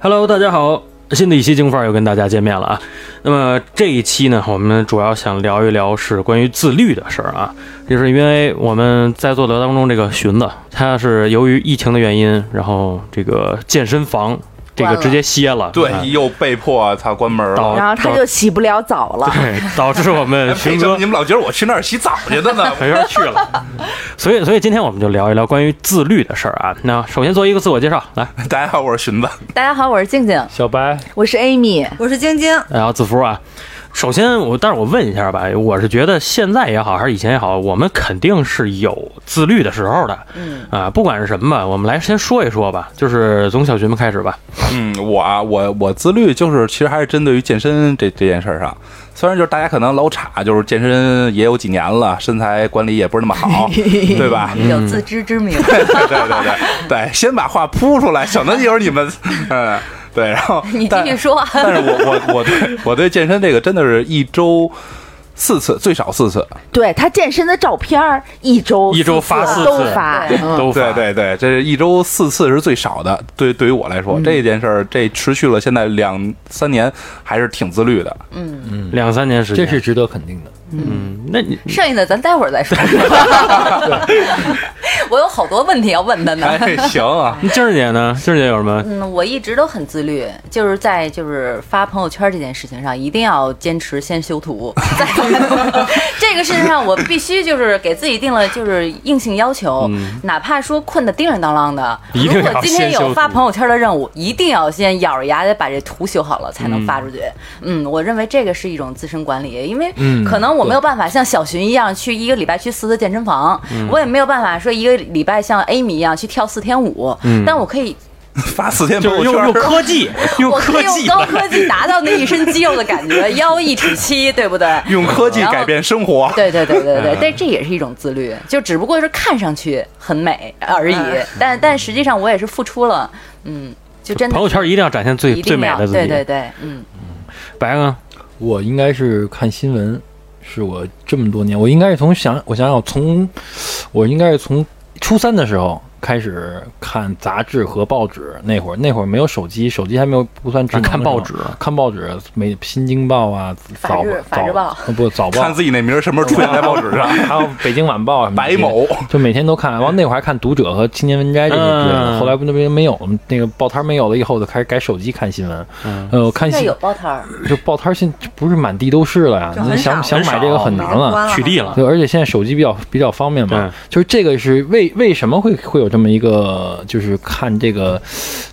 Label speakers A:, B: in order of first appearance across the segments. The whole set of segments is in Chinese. A: Hello，大家好，新的一期京范儿又跟大家见面了啊。那么这一期呢，我们主要想聊一聊是关于自律的事儿啊，就是因为我们在座的当中这个荀子，他是由于疫情的原因，然后这个健身房这
B: 关
A: 个
B: 了
A: 直接歇了，啊
C: 嗯
D: 对，又被迫操关门
A: 到
D: 了。
B: 然 后他就洗不了澡了。
A: 对，哎导致我们
D: 为
A: 荀
D: 什
A: 哥
D: 哎么你们老觉得我去那儿洗澡去 的呢？
A: 没法去了，所以所以今天我们就聊一聊关于自律的事儿啊。那首先做一个自我介绍，来，
D: 大家好，我是荀子。
B: 大家好，我是静静，
C: 小白，
B: 我是 Amy，
E: 我是晶晶，
A: 然后子福啊，首先我，但是我问一下吧，我是觉得现在也好，还是以前也好，我们肯定是有自律的时候的，嗯啊，不管是什么吧，我们来先说一说吧，就是从小学们开始吧，
D: 嗯，我啊，我我自律就是其实还是针对于健身这这件事儿上。虽然就是大家可能老岔，就是健身也有几年了，身材管理也不是那么 好，对吧？
C: 嗯
E: 有自知之明。
A: 嗯
D: 对对对对对，先把话铺出来，省得一会儿你 们，嗯，对，然后
E: 你继
D: 但
E: 续说，
D: 但是我我我对我对健身这个真的是一周四次，最少四次，
B: 对他健身的照片儿一周
A: 一周
B: 次
A: 发四
B: 都
A: 次
B: 发，
E: 对
B: 嗯
A: 都
D: 对
A: 发
D: 对对，这是一周四次是最少的。对，对于我来说，这件事儿这持续了现在两三年，还是挺自律的。
A: 两三年时间，
C: 这是值得肯定的。
A: 嗯，那你
E: 剩下的咱待会儿 再说。我有好多问题要问他呢。
D: 哎，行啊，
A: 那静儿姐呢？静儿姐有什么？
E: 嗯，我一直都很自律，就是在就是发朋友圈这件事情上，一定要坚持先修图。 在这个事情上，我必须就是给自己定了就是硬性要求，哪怕说困得叮铃当啷的，
A: 嗯一定要
E: 如果今天
A: 先修
E: 有
A: 图
E: 发朋友圈的任务，一定要先咬着牙得把这图修好了才能发出去。嗯我认为这个是一种自身管理，因为
A: 嗯
E: 可能我没有办法像小寻一样去一个礼拜去四次健身房，
A: 嗯
E: 我也没有办法说一个礼拜像 Amy 一样去跳四天舞，
A: 嗯
E: 但我可以
D: 发四天朋
A: 就是
D: 友
A: 用用
D: 圈儿，
A: 科 技，用
E: 我可
A: 科
E: 以用
A: 技
E: 高
A: 来，
E: 科技达到那一身肌肉的感觉，腰一体七，对不对？
D: 用科技
E: 然后
D: 改变生活。
E: 对对对对
A: 嗯
E: 对，但这也是一种自律，就只不过是看上去很美而已，
A: 嗯
E: 但但实际上我也是付出了，嗯，就真的
A: 朋友圈一定要展现最
E: 一
A: 最
E: 定
A: 美
E: 要
A: 的自己。
E: 对对对，嗯，
A: 白呢？
C: 我应该是看新闻，是我这么多年，我应该是从想，我想想，从我应该是从初三的时候开始看杂志和报纸，那会儿那会儿没有手机，手机还没有不算智
A: 咱
C: 能的时
A: 看
D: 啊
C: 候，
A: 报纸，
C: 看报纸，每《新京报》啊，
E: 法
C: 早
E: 制法制
C: 早
E: 报
C: 呃不早报
D: 看，自己那名儿什么时候出现在报纸 上，
C: 还有《北京晚报》啊什 么
D: 白
C: 之类的
D: 某。
C: 就每天都看，然后那会儿还看《读者》和《青年文摘》这些之类的。
A: 嗯
C: 后来不那边没有了吗，那个报摊没有了以后，就开始改手机看新闻。
A: 嗯
C: 呃，我看
E: 这
C: 新
E: 有包摊儿，
C: 就报摊现在不是满地都是了呀，
E: 就很
C: 你想
E: 少
C: 想买这个很难了。
A: 取缔了，
C: 对，而且现在手机比较比较方便嘛，就是这个是为为什么会会有这么一个就是看这个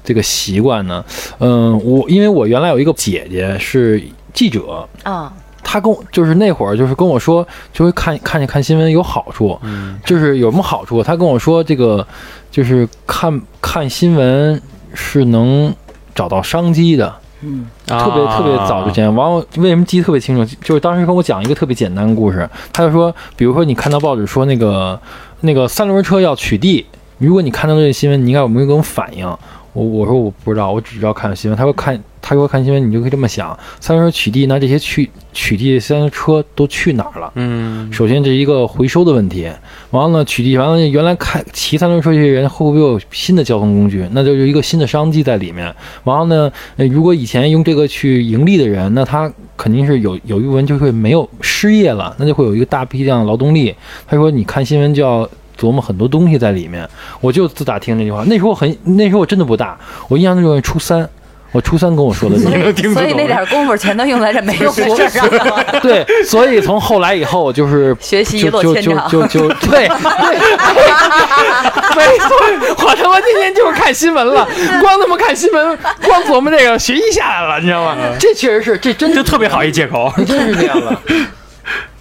C: 这个习惯呢？嗯，我因为我原来有一个姐姐是记者，
E: 啊，
C: 他跟我就是那会儿就是跟我说，就会看看见看新闻有好处，就是有什么好处？他跟我说这个就是看看新闻是能找到商机的，
E: 嗯，
A: 特
C: 特别特别早
A: 啊
C: 之前。完后为什么记得特别清楚？就是当时跟我讲一个特别简单的故事，他就说，比如说你看到报纸说那个那个三轮车要取缔，如果你看到这个新闻，你应该有没有跟我反应？我我说我不知道，我只知道看新闻。他说看，他说看新闻，你就可以这么想：三轮车取缔，那这些去取缔三轮车都去哪儿了？
A: 嗯，
C: 首先这是一个回收的问题，完了呢，取缔完了，原来开骑三轮车这些人会不会有新的交通工具？那就有一个新的商机在里面。完了呢，呃如果以前用这个去盈利的人，那他肯定是有有一部分就会没有失业了，那就会有一个大批量的劳动力。他说，你看新闻就要。琢磨很多东西在里面，我就自打听这句话，那时候我很，那时候我真的不大，我印象中是初三，我初三跟我说的这个，
E: 所以那点功夫全都用在这没用的事儿上了，
C: 对，所以从后来以后我就是
E: 学习一
C: 就
E: 落
C: 就
E: 千
C: 就
E: 丈
C: 就就对对，没错，我他妈今天就是看新闻了，光他妈看新闻，光琢磨这个学习下来了，你知道吗？这确实是，这 真
A: 这特别好一借 口
C: 真是这样的，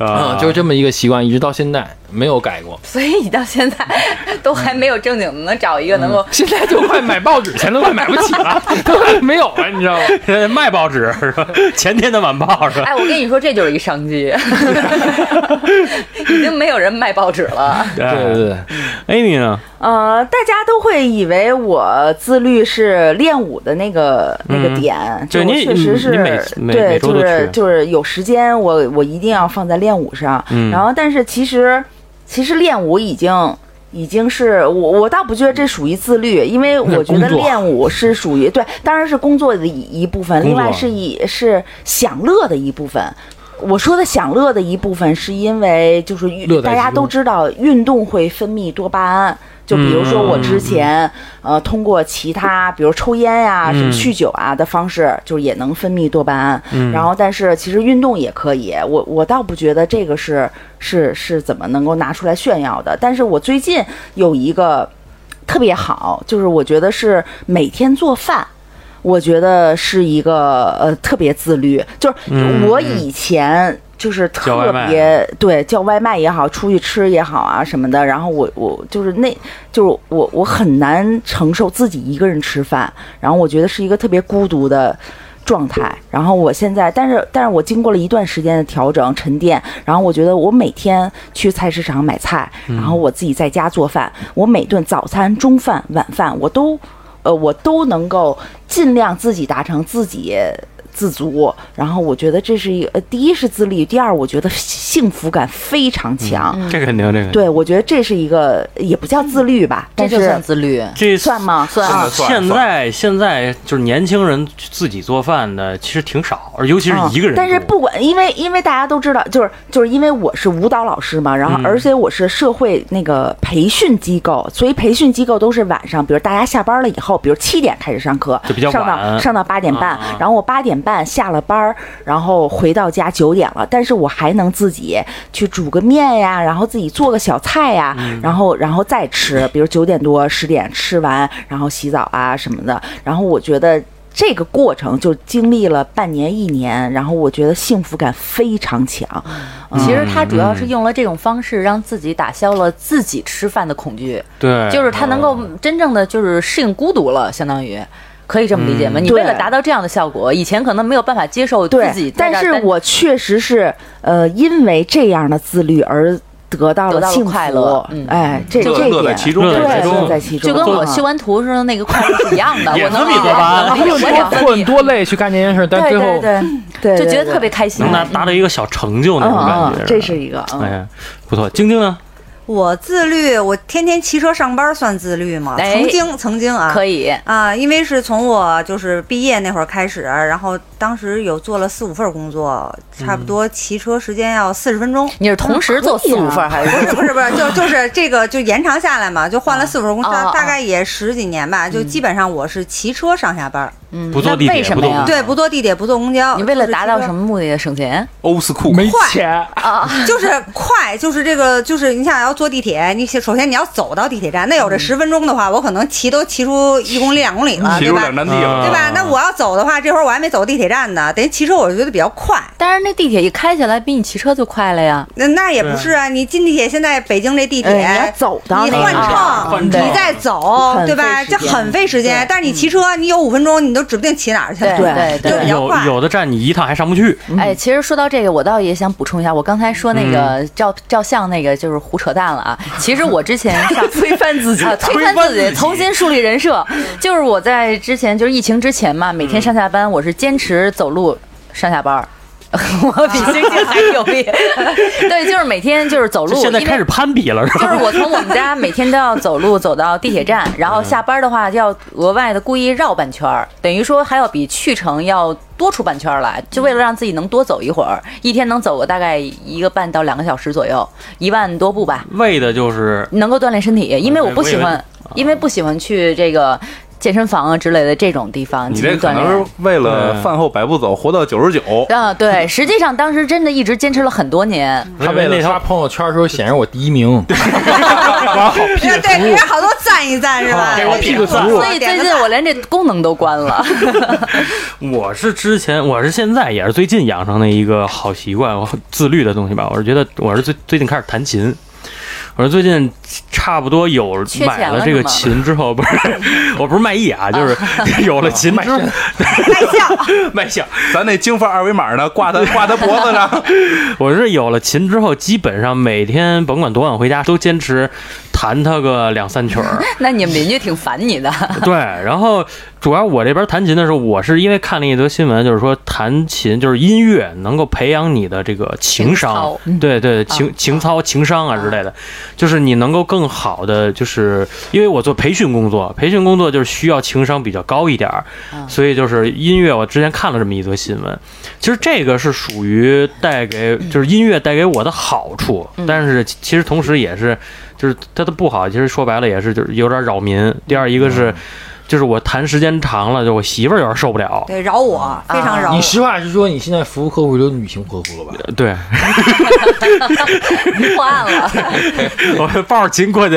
A: 啊
C: 嗯，就是这么一个习惯，一直到现在没有改过，
E: 所以你到现在 都还没有正经的能找一个能够
C: 现在就快买报纸钱都快买不起了， 都快没有了，哎你 知道吗？
A: 这卖报纸是吧？ 前天的晚报是吧？
E: 哎，我跟你说，这就是一商机， 已经没有人卖报纸了。
C: 对对对，
E: 哎
A: 哎，Amy 呢？
B: 呃，大家都会以为我自律是练舞的那个、那个
A: 嗯
B: 点，
A: 就
B: 我
A: 你
B: 确
A: 你
B: 实是
A: 你每每每
B: 对，
A: 周
B: 就
A: 都
B: 是
A: 去
B: 就是有时间我我一定要放在练舞上，
A: 嗯
B: 然后但是其实其实练舞已经已经是我我倒不觉得这属于自律，因为我觉
A: 工
B: 得
A: 作
B: 练舞是属于对，当然是工作的一一部分，
A: 工
B: 另
A: 作
B: 外是以是享乐的一部分。我说的享乐的一部分，是因为就是运
C: 乐在
B: 大
C: 其
B: 家
C: 中
B: 都知道运动会分泌多巴胺。就比如说我
A: 嗯
B: 之前，呃，通过其他，比如抽烟呀、什
A: 嗯
B: 么酗酒啊的方式，就是也能分泌多巴胺。然后，但是其实运动也可以，我我倒不觉得这个是是是怎么能够拿出来炫耀的。但是我最近有一个特别好，就是我觉得是每天做饭。我觉得是一个呃特别自律，就是我以前就是
A: 叫外
B: 特
A: 卖
B: 别对叫外卖也好，出去吃也好啊什么的，然后我我就是那就是我我很难承受自己一个人吃饭，然后我觉得是一个特别孤独的。状态，然后我现在，但是但是我经过了一段时间的调整沉淀，然后我觉得我每天去菜市场买菜，然后我自己在家做饭，我每顿早餐、中饭、晚饭我都，呃，我都能够尽量自己达成自己。自足，然后我觉得这是一个，呃第一是自律，第二我觉得幸福感非常强。
E: 嗯
A: 这肯定这个
B: 嗯对，我觉得这是一个，也不叫自律吧，
E: 嗯这
B: 但
E: 就是算自律。
A: 这
B: 算吗？
E: 算
B: 啊
D: 算
A: 现在现在就是年轻人自己做饭的其实挺少，而尤其是
B: 嗯
A: 一个人、
B: 但是不管，因为因为大家都知道，就是就是因为我是舞蹈老师嘛，
A: 嗯
B: 然后而且我是社会那个培训机构，所以培训机构都是晚上，比如大家下班了以后，比如七点开始上课
A: 就比较，
B: 上到
A: 晚
B: 上到八点半，
A: 啊
B: 然后我八点半下了班儿，然后回到家九点了，但是我还能自己去煮个面呀，然后自己做个小菜呀，
E: 嗯
B: 然后然后再吃，比如九点多十点吃完，然后洗澡啊什么的，然后我觉得。这个过程就经历了半年一年，然后我觉得幸福感非常强。
E: 嗯其
B: 嗯
E: 实他主要是用了这种方式，让自己打消了自己吃饭的恐惧，
A: 对，
E: 就是他能够
A: 哦
E: 真正的就是适应孤独了，相当于。可以这么理解吗？你
B: 嗯对
E: 为了达到这样的效果，以前可能没有办法接受自己
B: 对，
E: 在
B: 但
E: 这儿，
B: 是我确实是，呃，因为这样的自律而得到
E: 得到
B: 了
E: 了
B: 幸福，
E: 快乐嗯
B: 哎，这这
D: 乐
B: 一点
D: 乐在其中
A: 乐
B: 对，
A: 在其中
B: 乐在其中，
E: 就跟我
B: 嗯
E: 修完图时候那个快乐是一样 的，
A: 也
E: 我能
A: 分泌多巴胺
C: 哎
E: 我也分
C: 多
E: 泌
C: 困多累去干这件事，但
B: 对
C: 最
B: 对
C: 后
B: 对对，
E: 就觉
B: 对
E: 得特别开心
A: 能。达达到一个小成就那
B: 嗯
A: 种感
B: 嗯
A: 觉。
B: 嗯，这是一个嗯
A: 哎，不错。晶晶呢？
F: 我自律，我天天骑车上班算自律吗？
E: 哎
F: 曾经曾经啊，
E: 可以，
F: 啊，因为是从我就是毕业那会儿开始，然后当时有做了四五份工作，差不
E: 嗯
F: 多骑车时间要四十分钟。
E: 你是
B: 嗯
E: 同时做
B: 啊
E: 四五份儿还
F: 不
E: 是？
F: 是不是不是，就就是这个就延长下来嘛，就换了四五份工作，
E: 啊啊
F: 大大概也十几年吧，就基本上我是骑车上下班儿，
E: 嗯
A: 不坐
E: 那
A: 地铁
E: 为什
A: 不啊
E: 么
A: 坐
E: 呀
A: 公？
F: 对，不坐地铁，不坐公交。
E: 你为了
F: 就是骑
E: 达到
F: 车
E: 什么目的省钱？
D: 欧斯库，
C: 没钱，
F: 就是快，就是这个，就是你想要坐地铁，你首先你要走到地铁站，那有这十分钟的话，我可能骑都骑出一公里两公里了，
D: 骑
F: 啊对
D: 出
F: 吧
D: 点？难题了。
F: 对吧？那我要走的话，这会儿我还没走地铁站呢，等于骑车我就觉得比较快。
E: 但是那地铁一开起来，比你骑车就快了呀。
F: 那那也不是啊，你进地铁现在北京这地铁，
B: 哎你要走到啊
F: 你
B: 那个
F: 换乘，
A: 换乘
F: 你再走，
B: 很
F: 对吧？
B: 费时
F: 这
B: 间
F: 很费时间
B: 对。
F: 但是你骑车，你有五分钟，你都指不定骑哪儿去了。
E: 对
B: 对
F: 就比
E: 对。
F: 较
A: 有
F: 快
A: 有的站你一趟还上不去，
E: 哎，其实说到这个，我倒也想补充一下，我刚才说那个照照相那个就是胡扯淡了啊。其实我之前上推翻自己，推翻自己，重新树立人设。就是我在之前就是疫情之前嘛，每天上下班我是坚持走路上下班儿。 我比星星还牛逼， 对，就是每天就是走路。
A: 现在
E: 因为
A: 开始攀比 了是
E: 就
B: 嗯
A: 吧？
E: 是我从我们家每天都要走路走到地铁站，然后下班的话要额外的故意绕半圈儿，等于说还要比去程要多出半圈儿来，就为了让自己能多走一会儿，一天能走个大概一个半到两个小时左右，一万多步吧，
A: 为的就是
E: 能够锻炼身体。因为我不喜
A: 我以
E: 欢
A: 为，
E: 因为不喜欢去这个健身房啊之类的这种地方
D: 你
E: 进
D: 这
E: 行
D: 可
E: 锻
D: 能
E: 炼
D: 是。为了饭后百步走，活到九十九。
E: 啊，对，实际上当时真的一直坚持了很多年，
C: 他为了
A: 那
C: 发
A: 条
C: 朋友圈的时候显示我第一名，玩好屁
F: 对对，人家好多赞一赞是吧？
C: 给我屁股服务
F: 我
E: 所以最近我连这功能都关了。
A: 我是之前，我是现在也是最近养成的一个好习惯，我自律的东西吧。我是觉得我是最最近开始弹琴，我是最近差不多 有
F: 哦
E: 缺钱了
A: 买了这个
E: 是吗
A: 琴之后，不是 我不是卖艺啊，就是 有了琴之后
F: 哦卖笑，
A: 卖笑。
D: 咱那京范二维码呢，挂他挂他脖子上。
A: 我是有了琴之后，基本上每天甭管多晚回家，都坚持弹它个两三曲儿。
E: 那你们邻居挺烦你的。
A: 对，然后主要我这边弹琴的时候，我是因为看了一则新闻，就是说弹琴就是音乐能够培养你的这个情
E: 情
A: 商
E: 操，嗯
A: 对对，情情操、情商啊之类的。就是你能够更好的，就是因为我做培训工作，培训工作就是需要情商比较高一点儿，
E: 嗯
A: 所以就是音乐，我之前看了这么一则新闻，其实这个是属于带给就是音乐带给我的好处，但是其实同时也是就是它的不好，其实说白了也是就是有点扰民。第二一个是。就是我谈时间长了，就我媳妇儿有点受不了。
F: 对，饶我，非
B: 啊
F: 常饶
C: 你
F: 我。
C: 实话实说，你现在服务客户有女性客户了吧？
A: 对，
E: 破案了，
A: 我抱着琴过去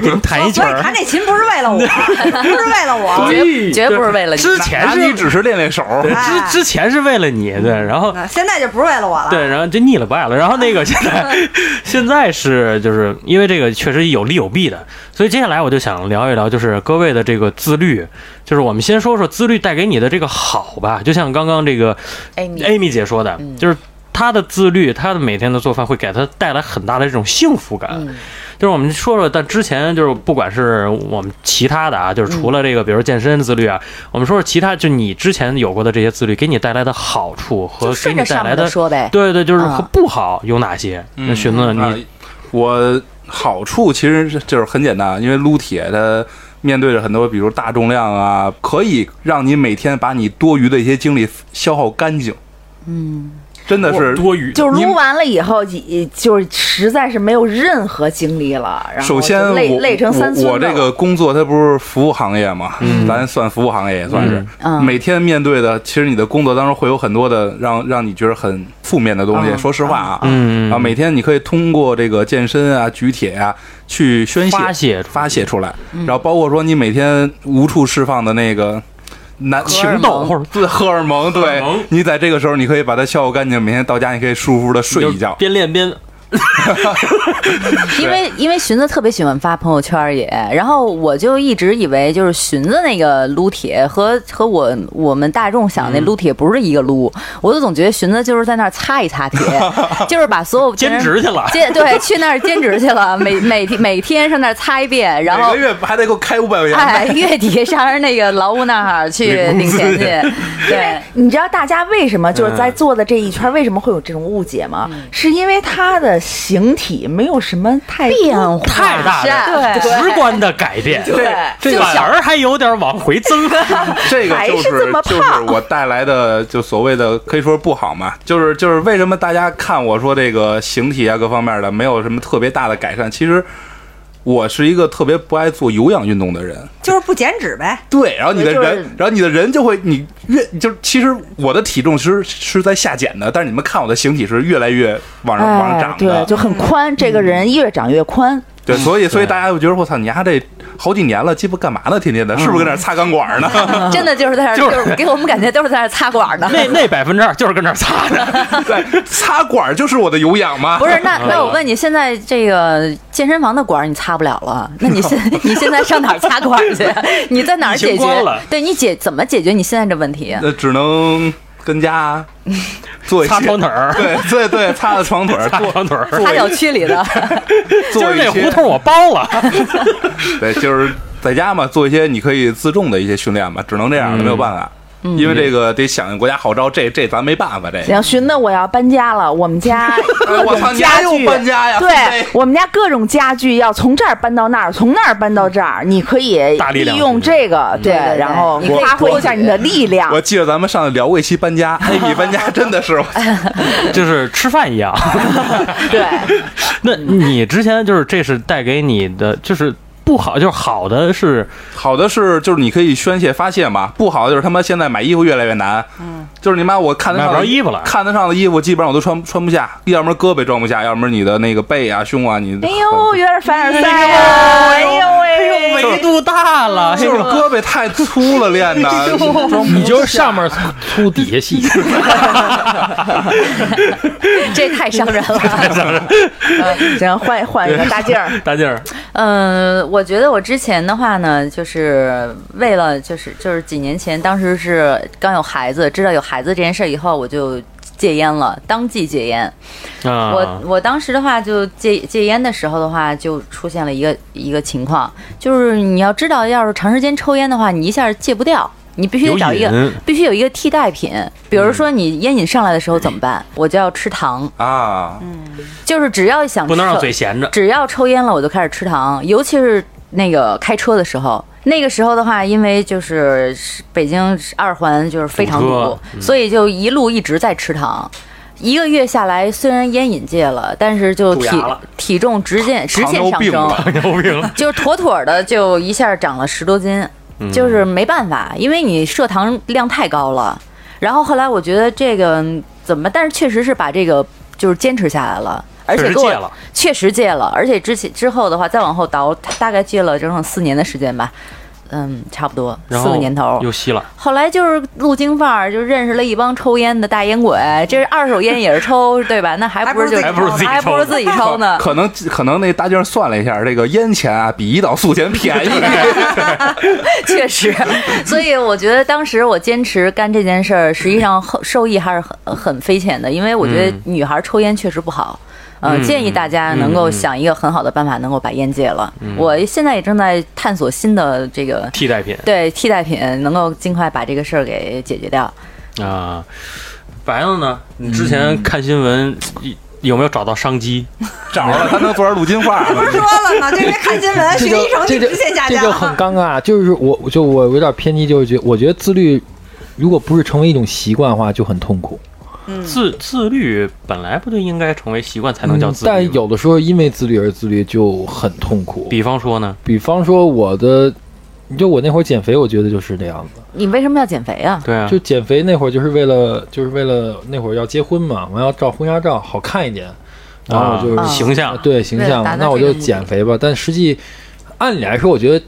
A: 给你弹一曲
F: 哦所以
A: 儿
F: 弹。这琴不是为了 我，不是为了我。
A: 对
E: 绝哎不是为了你
A: 之前
D: 拿
A: 是
D: 你只是练练手，
F: 哎
A: 之之前是为了你，对，然后
F: 啊现在就不是为了我了。
A: 对，然后就腻了不爱了。然后那个 现在现在是就是因为这个确实有利有弊的，所以接下来我就想聊一聊，就是各位的这个自律，就是我们先说说自律带给你的这个好吧。就像刚刚这个
E: Amy，
A: Amy 姐说的，
E: 嗯
A: 就是她的自律，她的每天的做饭会给她带来很大的这种幸福感。
E: 嗯
A: 就是我们说说，但之前就是不管是我们其他的啊，
E: 嗯
A: 就是除了这个，比如健身自律啊，我们说说其他，就你之前有过的这些自律给你带来的好处和
E: 就
A: 给
E: 顺
A: 你
E: 着
A: 带
E: 上
A: 来
E: 面
A: 的
E: 的说呗。
A: 对对，就是
E: 嗯
A: 和不好有哪些？那寻子，
D: 啊
A: 你
D: 我好处其实是就是很简单，因为撸铁它面对着很多，比如大重量啊，可以让你每天把你多余的一些精力消耗干净。嗯，真的是
A: 多余
B: 就是
D: 你
B: 撸完了以后，也就是实在是没有任何精力了，然后
D: 首先
B: 就
D: 我，
B: 累累成三寸
D: 我我
B: 肉
D: 这个工作它不是服务行业嘛，
A: 嗯
D: 咱算服务行业也算是、
E: 嗯
D: 每天面对的，其实你的工作当中会有很多的让让你觉得很负面的东西。
E: 嗯
D: 说实话啊，
A: 嗯
D: 啊，每天你可以通过这个健身啊、举铁啊去宣泄、
A: 发泄出
D: 发泄出来，
B: 嗯
D: 然后包括说你每天无处释放的那个。男情
A: 豆或者
D: 对荷尔蒙，对
A: 蒙
D: 你在这个时候，你可以把它消耗干净。每天到家，你可以舒服的睡一觉
A: 就。边练边
E: 因为因为寻子特别喜欢发朋友圈儿也，然后我就一直以为就是寻子那个撸铁和和我我们大众想那撸铁不是一个撸，我就总觉得寻子就是在那儿擦一 擦铁，就是把所有
A: 兼职去了。
E: 兼对去那儿兼职去了，每每天每天上那儿擦一遍，然
D: 每
E: 后
D: 个月还得给我开五百块钱。
E: 哎月底上人那个劳务那儿去领钱去，对。
B: 你知道大家为什么就是
A: 嗯
B: 在坐的这一圈为什么会有这种误解吗？是因为它的形体没有什么太
E: 变化
A: 太大的
E: 是
A: 直观的改变，
D: 这个
A: 反而还有点往回增。
D: 这个就
B: 还是这么
D: 就是
B: 胖
D: 我带来的，就所谓的可以说不好嘛，就是就是为什么大家看我说这个形体啊各方面的没有什么特别大的改善，其实。我是一个特别不爱做有氧运动的人，
F: 就是不减脂呗。
D: 对，然后你的
B: 对就是
D: 人，然后你的人就会，你越就是其实我的体重其实是在下减的，但是你们看我的形体是越来越往上、往上
B: 哎
D: 涨，
B: 对，
D: 的，
B: 就很宽，这个
A: 嗯
B: 人越长越宽。
D: 对，所以所以大家就觉得我操，你丫这好几年了，鸡巴干嘛呢？天天的，是不是跟那
B: 嗯
D: 儿擦钢管 呢？
E: 真的就是在那儿，
A: 就
E: 啊就是是给我们感觉都是在那儿擦管儿呢。
A: 那那百分之二就是跟那儿擦的，
D: 对，擦管儿就是我的有氧嘛。
E: 不是， 那那我问你，现在这个健身房的管儿你擦不了了，那你 现你现在上哪儿擦管儿去？啊你在哪儿
A: 已
E: 解
A: 经关了
E: 决？对你解怎么解决你现在这问题？啊
D: 那呃只能跟家做一些
A: 擦床腿儿，
D: 对对对，擦擦床腿 儿，
A: 擦
D: 做
A: 床腿儿。
E: 擦小区 里的，
A: 今
D: 做
A: 儿
D: 一
A: 这
D: 些
A: 胡同我包了，
D: 对，就是在家嘛，做一些你可以自重的一些训练嘛，只能这样了，没有办法。因为这个得响应国家号召，这这咱没办法，这。哎
B: 然后寻那我要搬家了，我 们家各
D: 我操，
B: 种
D: 你还
B: 家
D: 又
B: 具。
D: 搬家呀？
B: 对
D: 非
B: 我们家各种家具要从这儿搬到那儿，从那儿搬到这儿，你可以
A: 大力量
B: 利用这个，对，
E: 对对
B: 然后
E: 你可以
B: 发挥一下你的力量
D: 得。我记得咱们上次聊过一期搬家，哎，你搬家真的是，我操
A: 就是吃饭一样。
B: 对，
A: 那你之前就是这是带给你的，就是不好，就是好的是
D: 好的是就是你可以宣泄发泄嘛，不好的就是他妈现在买衣服越来越难，嗯，就是你妈我看得
A: 买
D: 上
A: 不
D: 的
A: 着衣服了。
D: 看得上的衣服，基本上我都穿穿不下，要么胳膊装不下，要么你的那个背啊、胸啊，你
B: 哎呦，有点凡尔赛啊！哎呦喂，
A: 哎呦维度大了，
D: 就是哎胳膊太粗了练的，装
C: 你就是上面粗，底下细。
E: 这太伤人 了。
B: 行，换换一个大劲儿。
A: 大劲儿，
E: 嗯，我觉得我之前的话呢，就是为了就是就是几年前，当时是刚有孩子，知道有孩子这件事儿以后，我就戒烟了，当即戒烟。我
A: 啊，
E: 我当时的话，就戒戒烟的时候的话，就出现了一个一个情况，就是你要知道，要是长时间抽烟的话，你一下戒不掉。你必须得找一
A: 有
E: 个
A: 瘾，嗯
E: 必须有一个替代品。比如说你烟瘾上来的时候怎么办？我就要吃糖，
D: 啊，
E: 就是只要想
A: 不能让
E: 吃
A: 嘴闲 着。
E: 只要抽烟了，我就开始吃糖，尤其是那个开车的时候。那个时候的话，因为就是北京二环就是非常
A: 堵车
E: 堵，
D: 嗯
E: 所以就一路一直在吃糖。一个月下来，虽然烟瘾戒了，但是就体
A: 蛀牙了
E: 体重直线直线上
D: 糖尿病
E: 升
D: 了，
A: 有病了，
E: 就是妥妥的就一下长了十多斤，就是没办法，因为你摄糖量太高了。然后后来我觉得这个嗯怎么，但是确实是把这个就是坚持下来了，而且
A: 确实
E: 给我
A: 戒了，
E: 确实戒了，而且之前之后的话，再往后倒，大概戒了整整四年的时间吧，嗯，差不多
A: 然
E: 四
A: 后
E: 个年头。
A: 又吸了，
E: 后来就是路经范儿，就认识了一帮抽烟的大烟鬼，这是二手烟也是抽，对吧？那还不是就
A: 还不如自己抽
E: 还不如自己抽呢。
D: 可能可能那大劲儿算了一下，这个烟钱啊比胰岛素钱便宜。
E: 确 实，所以我觉得当时我坚持干这件事儿，实际上后受益还是很很匪浅的，因为我觉得女孩抽烟确实不好。呃，
A: 嗯
E: 建议大家能够想一个很好的办法，能够把烟戒了。
C: 嗯
E: 我现在也正在探索新的这个
A: 替代品
E: 对替代品，能够尽快把这个事儿给解决掉。
A: 啊。白子呢？你之
E: 嗯
A: 前看新闻，一有没有找到商机？
D: 找着了，他能做点鲁金话。
F: 不是说了吗？这边看新
C: 这
F: 闻，学
C: 就
F: 习成绩
C: 这就
F: 直线下
C: 这
F: 降。啊
C: 就很尴尬。就是我，就我有点偏激，就是觉我觉得自律，如果不是成为一种习惯的话，就很痛苦。
E: 嗯
A: 自自律本来不就应该成为习惯才能叫
C: 嗯
A: 自律吗？
C: 但有的时候因为自律而自律就很痛苦。比
A: 比方说呢？
C: 比方说我的，就我那会儿减肥，我觉得就是这样子。
E: 你为什么要减肥啊？
A: 对啊，
C: 就减肥那会儿，就是为了就是为了那会儿要结婚嘛，我要照婚纱照好看一点，然后我就是、
A: 啊形象
C: 啊对形
E: 为了
C: 象
E: 达，到
C: 那我
E: 这个
C: 就
E: 目的
C: 减肥吧。但实际按理来说，我觉得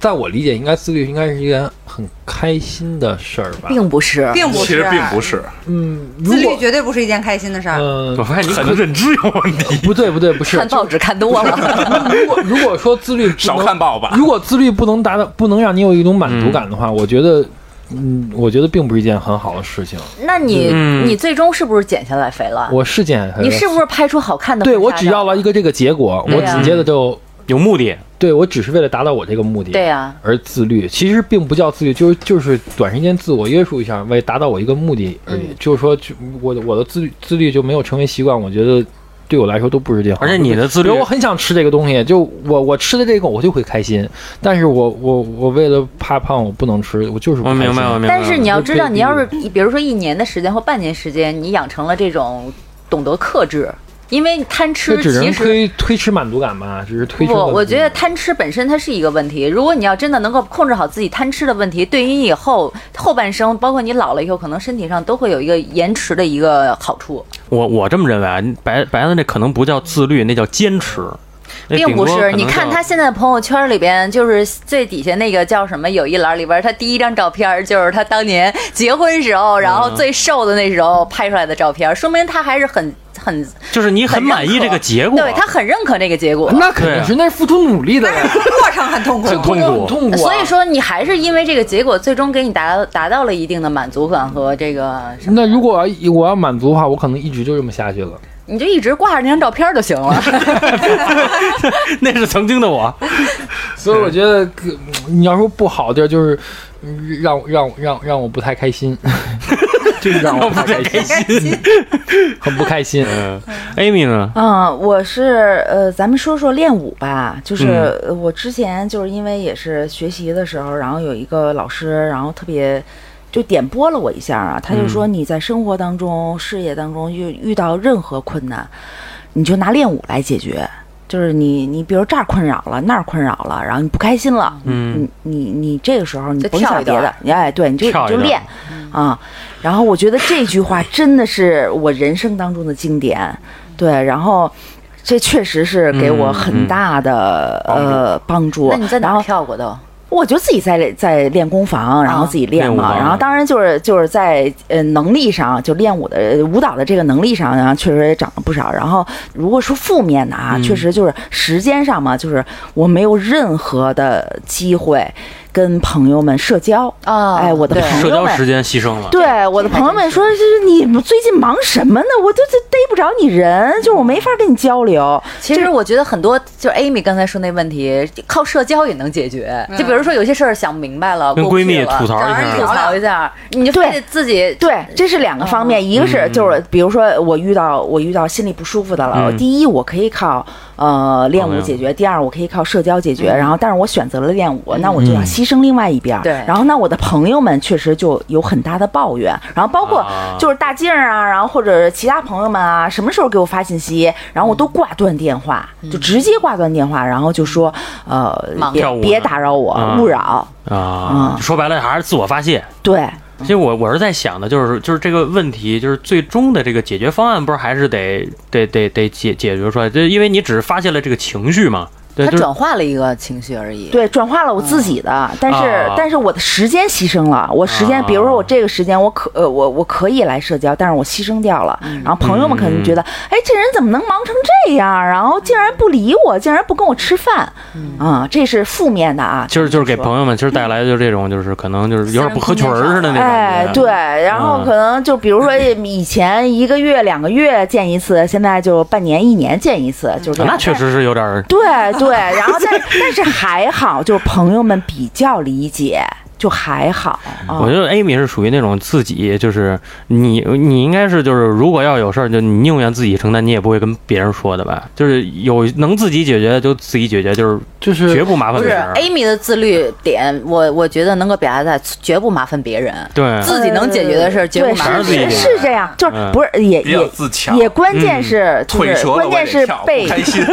C: 在我理解，应该自律应该是一件很开心的事儿吧。
E: 并不是，
F: 并不是，啊
D: 其实并不，是，
C: 嗯，如
F: 自律
C: 果
F: 绝对不是一件开心的事 儿。
C: 嗯、
A: 我发现你可能认知有问题。
C: 不对不对不是嗯
E: 看，报纸看多 了。
C: 如果如果说自律不
D: 少
C: 能
D: 看报吧。
C: 如果自律不能达到，不能让你有一种满足感的话，我觉得，嗯，我觉得并不是一件很好的事情。
E: 那你
A: 嗯
E: 你最终是不是减下来肥了？
C: 我是减肥，
E: 你是不是拍出好看的婚
C: 对
E: 纱照？
C: 我只要了一个这个结果，
E: 对啊
C: 我
E: 呀
C: 紧接着就
A: 有目的，
C: 对我只是为了达到我这个目的，
E: 对啊呀
C: 而自律其实并不叫自律，就是就是短时间自我约束一下，为达到我一个目的而已。
E: 嗯
C: 就是说，就我的我的自律自律就没有成为习惯，我觉得对我来说都不是这样。
A: 而且你的自律
C: 比如我很想吃这个东西，就我我吃的这个我就会开心，但是我我我为了怕胖我不能吃，我就是不
A: 我
C: 开心
A: 明白，我明白。
E: 但是你要知道，
C: 就
E: 你要是比如说一年的时间或半年时间，你养成了这种懂得克制，因为贪
C: 这
E: 吃
C: 只能
E: 其实。
C: 推推迟满足感吧，只是推迟
E: 不，
C: 满足感。
E: 我觉得
A: 嗯
E: 贪吃本身它是一个问题。如果你要真的能够控制好自己贪吃的问题，对于你以后后半生，包括你老了以后，可能身体上都会有一个延迟的一个好处，
A: 我我这么认为啊，白白子那可能不叫自律，那叫坚持，那
E: 并
A: 顶
E: 不
A: 多可
E: 是。
A: 能
E: 你看
A: 叫
E: 他现在朋友圈里边，就是最底下那个叫什么，有一栏里边，他第一张照片就是他当年结婚时候，然后
A: 嗯
E: 最瘦的那时候拍出来的照片，说明他还是很很
A: 就是你很
E: 很认
A: 满意
E: 可
A: 这个结果，
E: 对他很认可这个结
A: 啊
E: 果。
C: 那肯定是那是付出努力的呀，
F: 过程很痛苦，
A: 很痛苦
C: 很痛苦啊。
E: 所以说，你还是因为这个结果，最终给你达到达到了一定的满足感和这个什么，
C: 那如果我要满足的话，我可能一直就这么下去了。
E: 你就一直挂着那张照片就行了。
A: 那是曾经的我。
C: 所以我觉得，嗯你要说不好的地儿就是嗯让让让让我不太 开心，就是让我不太 开心，很不开心。
A: 嗯，Amy 呢？
B: 嗯，我是呃，咱们说说练舞吧，就是、
A: 嗯
B: 呃我之前就是因为也是学习的时候，然后有一个老师，然后特别就点拨了我一下啊，他就
A: 嗯
B: 说你在生活当中、事业当中遇遇到任何困难，你就拿练舞来解决。就是你，你比如这儿困扰了，那儿困扰了，然后你不开心了，
A: 嗯
B: 你你你这个时候你
E: 就
B: 甭想
E: 跳一
B: 别
E: 段
B: 的，你哎，对，你就
A: 跳
B: 你
A: 一
B: 就
A: 段
B: 练，啊，然后我觉得这句话真的是我人生当中的经典，对，然后这确实是
A: 嗯
B: 给我很大的、
D: 嗯嗯
B: 呃帮助。
E: 那你在哪儿
B: 然后
E: 跳过都？
B: 我就自己在在练功房，
E: 哦
B: 然后自己练嘛，
A: 练舞房啊
B: 然后当然就是就是在呃能力上，就练舞的呃舞蹈的这个能力上，然后确实也长了不少。然后如果说负面
A: 嗯
B: 的啊，确实就是时间上嘛，就是我没有任何的机会跟朋友们社交。
E: 啊
B: 哎，我的
E: 对
B: 朋
A: 社
B: 友
A: 交
B: 们
A: 时间牺牲了。
B: 对，我的朋友们说，就是你们最近忙什么呢？我就这逮不着你人，就是我没法跟你交流。
E: 其实我觉得很多就是 Amy 刚才说那问题，靠社交也能解决。就比如说有些事儿想明白了，
A: 跟
E: 过不去
A: 闺蜜
E: 了
A: 吐槽一下
E: 吐槽一下，你就非得自己
B: 对，这是两个
A: 嗯
B: 方面，一个是就是比如说我遇到我遇到心里不舒服的了，
A: 嗯
B: 第一我可以靠呃练
A: 朋
B: 舞
A: 友嗯
B: 解决，第二我可以靠社交解决，然后但是我选择了练舞，那我就要牺牲另外一边儿。
E: 对
B: 然后那我的朋友们确实就有很大的抱怨，然后包括
A: 啊
B: 就是大静儿啊，然后或者其他朋友们啊，什么时候给我发信息，然后我都挂断电话，就直接挂断电话，然后就说呃
E: 嗯忙
B: 别
A: 跳舞呢
B: 别打扰我，
A: 啊
B: 勿扰，
A: 啊
B: 嗯，
A: 说白了还是自我发泄。
B: 对。
A: 其实我我是在想的，就是就是这个问题，就是最终的这个解决方案，不是还是得得得得解解决出来，就因为你只是发泄了这个情绪嘛，对，
E: 他
A: 就是
E: 转化了一个情绪而已。
B: 对，转化了我自己的，但是、
A: 啊
B: 但是我的时间牺牲了，我时间，比如说我
A: 啊
B: 这个时间我可呃我我可以来社交，但是我牺牲掉了，
A: 嗯
B: 然后朋友们可能觉得，哎，这人怎么能忙成这样？然后竟然不理我，竟然不跟我吃饭，啊，这是负面的啊，
A: 嗯就是就是给
B: 说
A: 朋友们其实带来的就是这种就是可能就是有点不合群儿似的那种
B: 哎，
A: 感觉
B: 对，然后
A: 嗯
B: 可能就比如说以前一个月、两个月见一次，现在就半年、一年见一次，就是这样
A: 那确实是有点儿
B: 对对，然后但但是还好，就是朋友们比较理解，就还好啊。
A: 我觉得 Amy 是属于那种自己就是你你应该是就是如果要有事儿就你宁愿自己承担，你也不会跟别人说的吧？就是有能自己解决的就自己解决，就是
C: 就是
A: 绝不麻烦
E: 不
A: 别
E: 是
A: 人。
E: Amy 的自律点，我我觉得能够表达在绝不麻烦别人，
A: 对，
E: 自己能解决的事儿绝
B: 对
E: 不麻
A: 还
E: 烦
A: 是
B: 是
A: 自
E: 别
A: 己解决
E: 人。
B: 是是这样，就是
A: 嗯
B: 不是也
D: 比较
B: 也
D: 自强嗯
B: 也关键是就
D: 腿
B: 是
D: 折了，
B: 关
D: 我
B: 键
D: 得
B: 是
D: 跳，
B: 被
D: 不开心。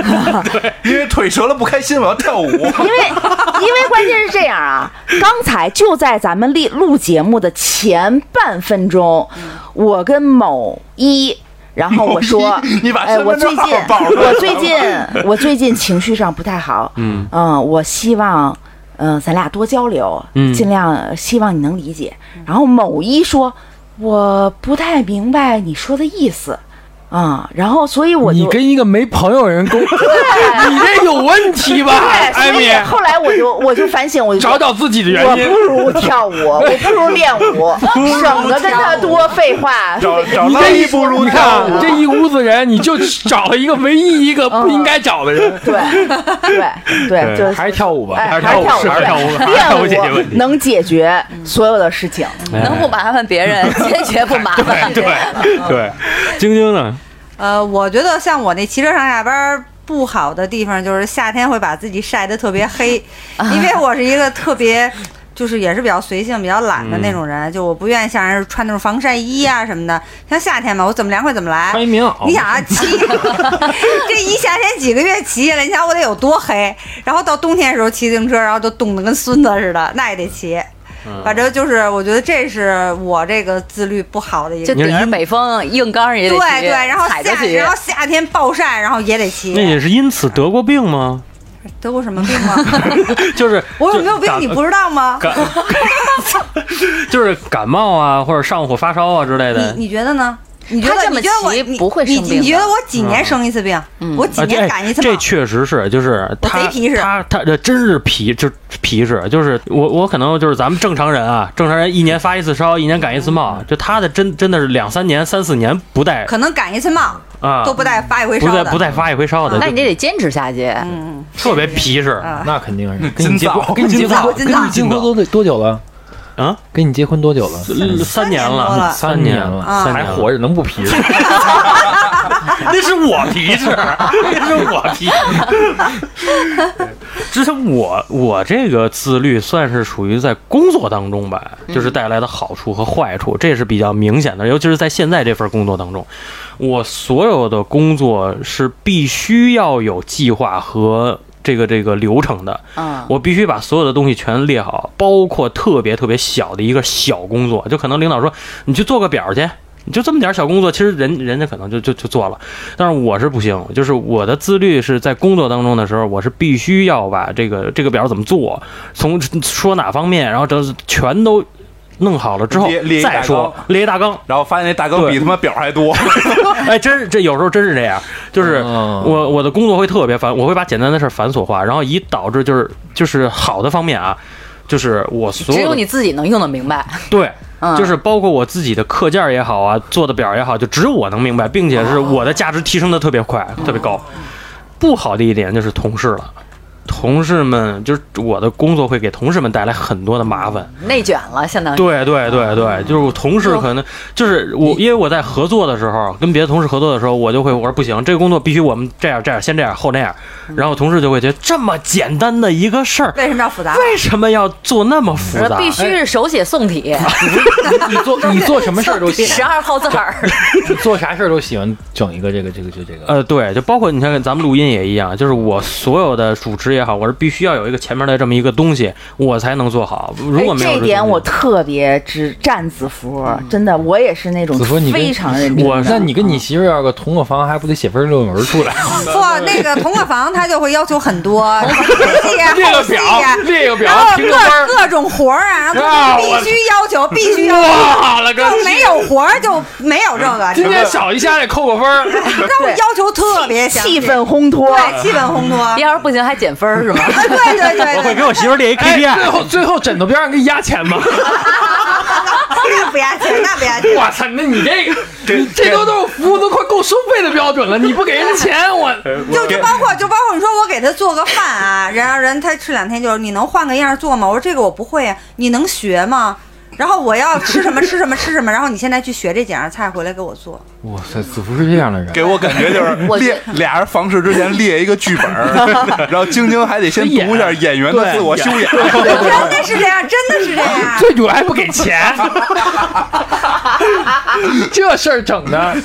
D: 对，因为腿折了不开心，我要跳舞。，
B: 因为 因为关键是这样啊，刚才就在咱们录录节目的前半分钟，我跟某一。然后我说
D: 你把
B: 哎，
D: 身
B: 我
D: 份证
B: 最近
D: 号报出来
B: 我最近我最近情绪上不太好，嗯我希望，嗯、咱俩多交流，
A: 嗯
B: 尽量呃希望你能理解。然后某一说，我不太明白你说的意思，啊、然后所以我就
C: 你跟一个没朋友的人沟，你这有问题吧，
B: 对，
C: 艾
B: 所
C: 米
B: 以？后来我就我就反省，我就
C: 找
B: 说
C: 找自己的
B: 我
C: 原因
B: 不。如跳舞，我不如练 舞，省得跟他多废话。
D: 找找
C: 你
D: 到
C: 这一
D: 一不如
C: 你看
D: 跳
C: 啊这一屋子人，你就找了一个唯一一个不应该找的人。
B: 对嗯对对，就是
C: 还是跳舞吧，
B: 哎，
A: 还是
B: 还
A: 跳
B: 是
A: 舞
B: 跳舞，
A: 还是跳舞
B: 对
A: 还是跳舞解决
B: 练
A: 问题
B: 舞能解决所有的事情。
E: 能不麻烦 别人，坚决不麻烦。
A: 哎对
B: 嗯
A: 对，晶晶呢？
F: 呃，我觉得像我那骑车上下班儿不好的地方，就是夏天会把自己晒得特别黑，因为我是一个特别。就是也是比较随性、比较懒
C: 嗯
F: 的那种人，就我不愿意像人穿那种防晒衣啊什么的。像夏天嘛，我怎么凉快怎么来。
C: 穿一棉袄
F: 你想啊，骑这一夏天几个月骑下来，你想我得有多黑？然后到冬天的时候骑自行车，然后都冻得跟孙子似的，那也得骑。
A: 嗯
F: 反正就是，我觉得这是我这个自律不好的一个
E: 就顶着北风硬刚也得
F: 对
E: 骑
F: 对，然后
E: 踩着
F: 夏
E: 骑
F: 然后夏天暴晒，然后也得骑
A: 那。也是因此得过病吗？
F: 得过什么病吗？
A: 就是
F: 我有没有病你不知道吗？
A: 感，就是感冒啊，或者上火发烧啊之类的。
F: 你你觉得呢？你觉
E: 他
F: 得
E: 这么
F: 你觉得我
E: 骑
F: 你
E: 不会
F: 你
E: 生病嗯
F: 你觉
E: 的
F: 得我几年生一次病？我几
A: 嗯啊，这
F: 年
A: 哎
F: 赶一次
A: 这
F: 冒？
A: 确实是，就是
F: 我
A: 他
F: 哦贼皮实
A: 他他这真是皮，就是皮实，就是我我可能就是咱们正常人啊，正常人一年发一次烧，一年感一次
F: 嗯
A: 冒，就他的真真的是两三年、三四年不带
F: 可能赶一次冒
A: 啊，
F: 都不带发一回
A: 不
F: 烧
A: 带
F: 的。
A: 不带发一回烧的，
E: 那
A: 就
E: 你这得坚持下去。
F: 嗯，
A: 特别皮实
F: 啊
C: 那肯定是跟
D: 金
C: 你结
D: 造
C: 婚，跟你结
F: 金造
C: 婚，
F: 金
C: 跟
F: 造
C: 你结婚多多久了？
A: 啊，
C: 跟你结婚多久了？
A: 呃三年
F: 三年多
A: 了，
F: 了
A: 三
C: 年
A: 了，
F: 啊
A: 三
C: 还
A: 年了
C: 活着能不皮 实？
A: 那是我皮实，那是我 皮实。只是我我这个自律算是属于在工作当中吧，就是带来的好处和坏处，这是比较明显的，尤其是在现在这份工作当中，我所有的工作是必须要有计划和。这个这个流程的，
E: 嗯，
A: 我必须把所有的东西全列好，包括特别特别小的一个小工作，就可能领导说你去做个表去，你就这么点小工作，其实人人家可能就就就做了，但是我是不行，就是我的自律是在工作当中的时候，我是必须要把这个这个表怎么做，从说哪方面，然后这全都弄好了之后
D: 列列一大
A: 再说
D: 纲
A: 列一大纲，
D: 然后发现那大哥比
A: 对
D: 他妈表还多，
A: 哎，真是这有时候真是这样，就是
C: 哦
A: 我我的工作会特别繁，我会把简单的事儿繁琐化，然后以导致就是就是好的方面啊，就是我所
E: 只
A: 有
E: 有
A: 的
E: 你嗯自己能用得明白。
A: 对。
E: 嗯
A: 就是包括我自己的课件也好啊，做的表也好，就只有我能明白，并且
E: 哦
A: 是我的价值提升的特别快，特别高。不好的一点就是同事了，同事们就是我的工作会给同事们带来很多的麻烦。
E: 内卷了，相当于。
A: 对对对对，就是我同事可能就是我，因为我在合作的时候，跟别的同事合作的时候，我就会我说不行，这个工作必须我们这样这样，先这样后那样，然后同事就会觉得这么简单的一个事儿，
F: 为什么要复杂？
A: 为什么要做那么复杂？
E: 嗯必须是手写宋体，
A: 哎
C: 你做你做什么事儿都喜
E: 十二号字儿。
C: 你做啥事儿都喜欢整一个这个这个就这个。
A: 呃，对，就包括你看，咱们录音也一样，就是我所有的主持也好，我是必须要有一个前面的这么一个东西，我才能做好。如果没有
B: 哎这
A: 个
B: 点，
A: 东西
B: 我特别之占子服，
E: 嗯
B: 真的，我也是那种
C: 子服你跟
B: 非常认真的。
A: 我
C: 那你跟你媳妇儿要个同个房，还不得写份论文 出来？
F: 不，那个同个房他就会要求很多，前 戏啊，后戏啊，
C: 列个
F: 然后各各种活儿啊，然后必须要求，必须要求，
A: 哇了
F: 要没有活儿就没有这个，你知道吗
A: 少一下得扣个分儿。
F: 那我要求特别详细
B: 气氛烘托，
F: 对，气氛烘 托，啊
E: 要是不行还减分儿是吗？
F: 对
A: 我
F: 对对
A: 会给
F: 对，
A: 我媳妇儿列一 KPI。
C: 后哎最后枕头边上给压钱吗？
F: 那不压钱，那不压钱。
C: 我操！那你这个，你这都都是服务都快够收费的标准了，你不给人钱，我
F: 就就包括就包括你说我给他做个饭啊，然后人他吃两天，就是你能换个样儿做吗？我说这个我不会啊，你能学吗？然后我要吃什么吃什么吃什么，然后你现在去学这几样菜回来给我做。
C: 哇塞，子服是这样的人，
D: 给我感觉就是
E: 我
D: 列俩人房事之前列一个剧本儿，然后晶晶还得先读一下演员的自我修养。
F: 真的是这样，真的是这样。
C: 最主要还不给 钱，这事儿整的。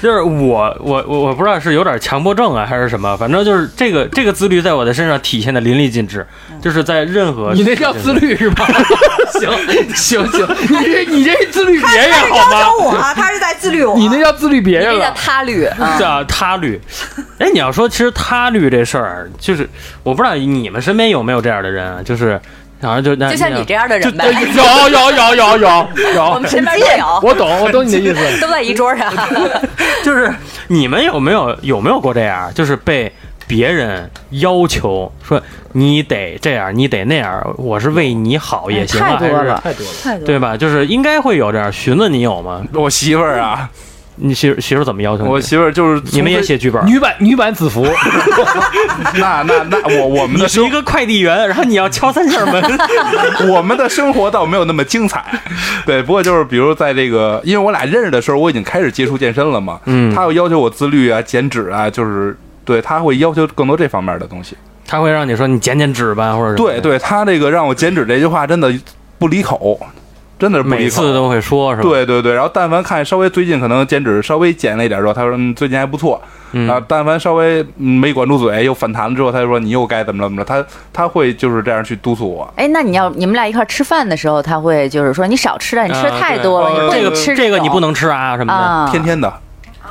A: 就是我我我我不知道是有点强迫症啊，还是什么，反正就是这个这个自律在我的身上体现的淋漓尽致，
E: 嗯
A: 就是在任何
C: 你那叫自律是吧？ 行行行，你这你这是自律别
F: 他
C: 人
F: 他是
C: 好
F: 要求
C: 吗？
F: 我，他是在自律我。
C: 你那叫自律别人
E: 这叫
C: 了。
E: 他律。
C: 啊
E: 嗯
A: 叫啊他律。哎，你要说其实他律这事儿，就是我不知道你们身边有没有这样的人啊，就是好像就那
E: 就像你这样的
C: 就
E: 人呗，
C: 有有有有有
A: 哦
E: 我
C: 有
E: 们，身边都有，
C: 我懂，我懂你的意 思。
E: 都在一桌 上。
A: 就是你们有没有有没有过这样？啊就是被别人要求说你得这样，你得那样，我是为你好也行啊，
B: 太多了
A: 还
C: 哎太多了，
B: 太
A: 是
B: 多
A: 对吧？就是应该会有这样询问你有吗？
D: 我媳妇儿啊，
A: 你媳妇媳妇怎么要求你？
D: 我媳妇儿就是
A: 你们也写剧本？
C: 女版女版子 服，
D: 那那那我我们
A: 你
D: 的
A: 是
D: 生
A: 一个快递员，然后你要敲三下 门，
D: 我们的生活倒没有那么精彩，对。不过就是比如在这个，因为我俩认识的时候，我已经开始接触健身了嘛，
A: 嗯
D: 他要要求我自律啊、减脂啊，就是对他会要求更多这方面的东西。
A: 他会让你说你减减脂吧，或者什么
D: 对，对，他这个让我减脂这句话真的不离口，真的是不
A: 每
D: 离口。
A: 次都会说是吧？
D: 对对对，然后但凡看稍微最近可能减脂稍微减了一点之后，他说嗯最近还不错，
A: 嗯
D: 然后但凡稍微嗯没管住嘴又反弹了之后，他就说你又该怎么着怎么着，他他会就是这样去督促我。
E: 哎，那你要你们俩一块儿吃饭的时候，他会就是说你少吃点，你吃的太多
A: 啊
E: 了，
D: 对
A: 这
E: 你不
A: 个
E: 能吃
A: 这个
E: 种
A: 你不能吃啊什么的。
E: 啊，
D: 天天的。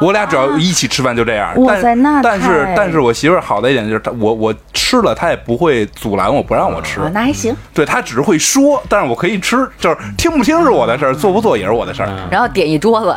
D: 我俩只要一起吃饭就这样，
B: 哇
D: 但
B: 塞那
D: 但是
B: 太
D: 但是我媳妇儿好的一点就是她，我我吃了，她也不会阻拦我不让我吃，
B: 啊，那还行。
D: 对她只会说，但是我可以吃，就是听不听是我的事儿，做不做也是我的事儿。
E: 然后点一桌子，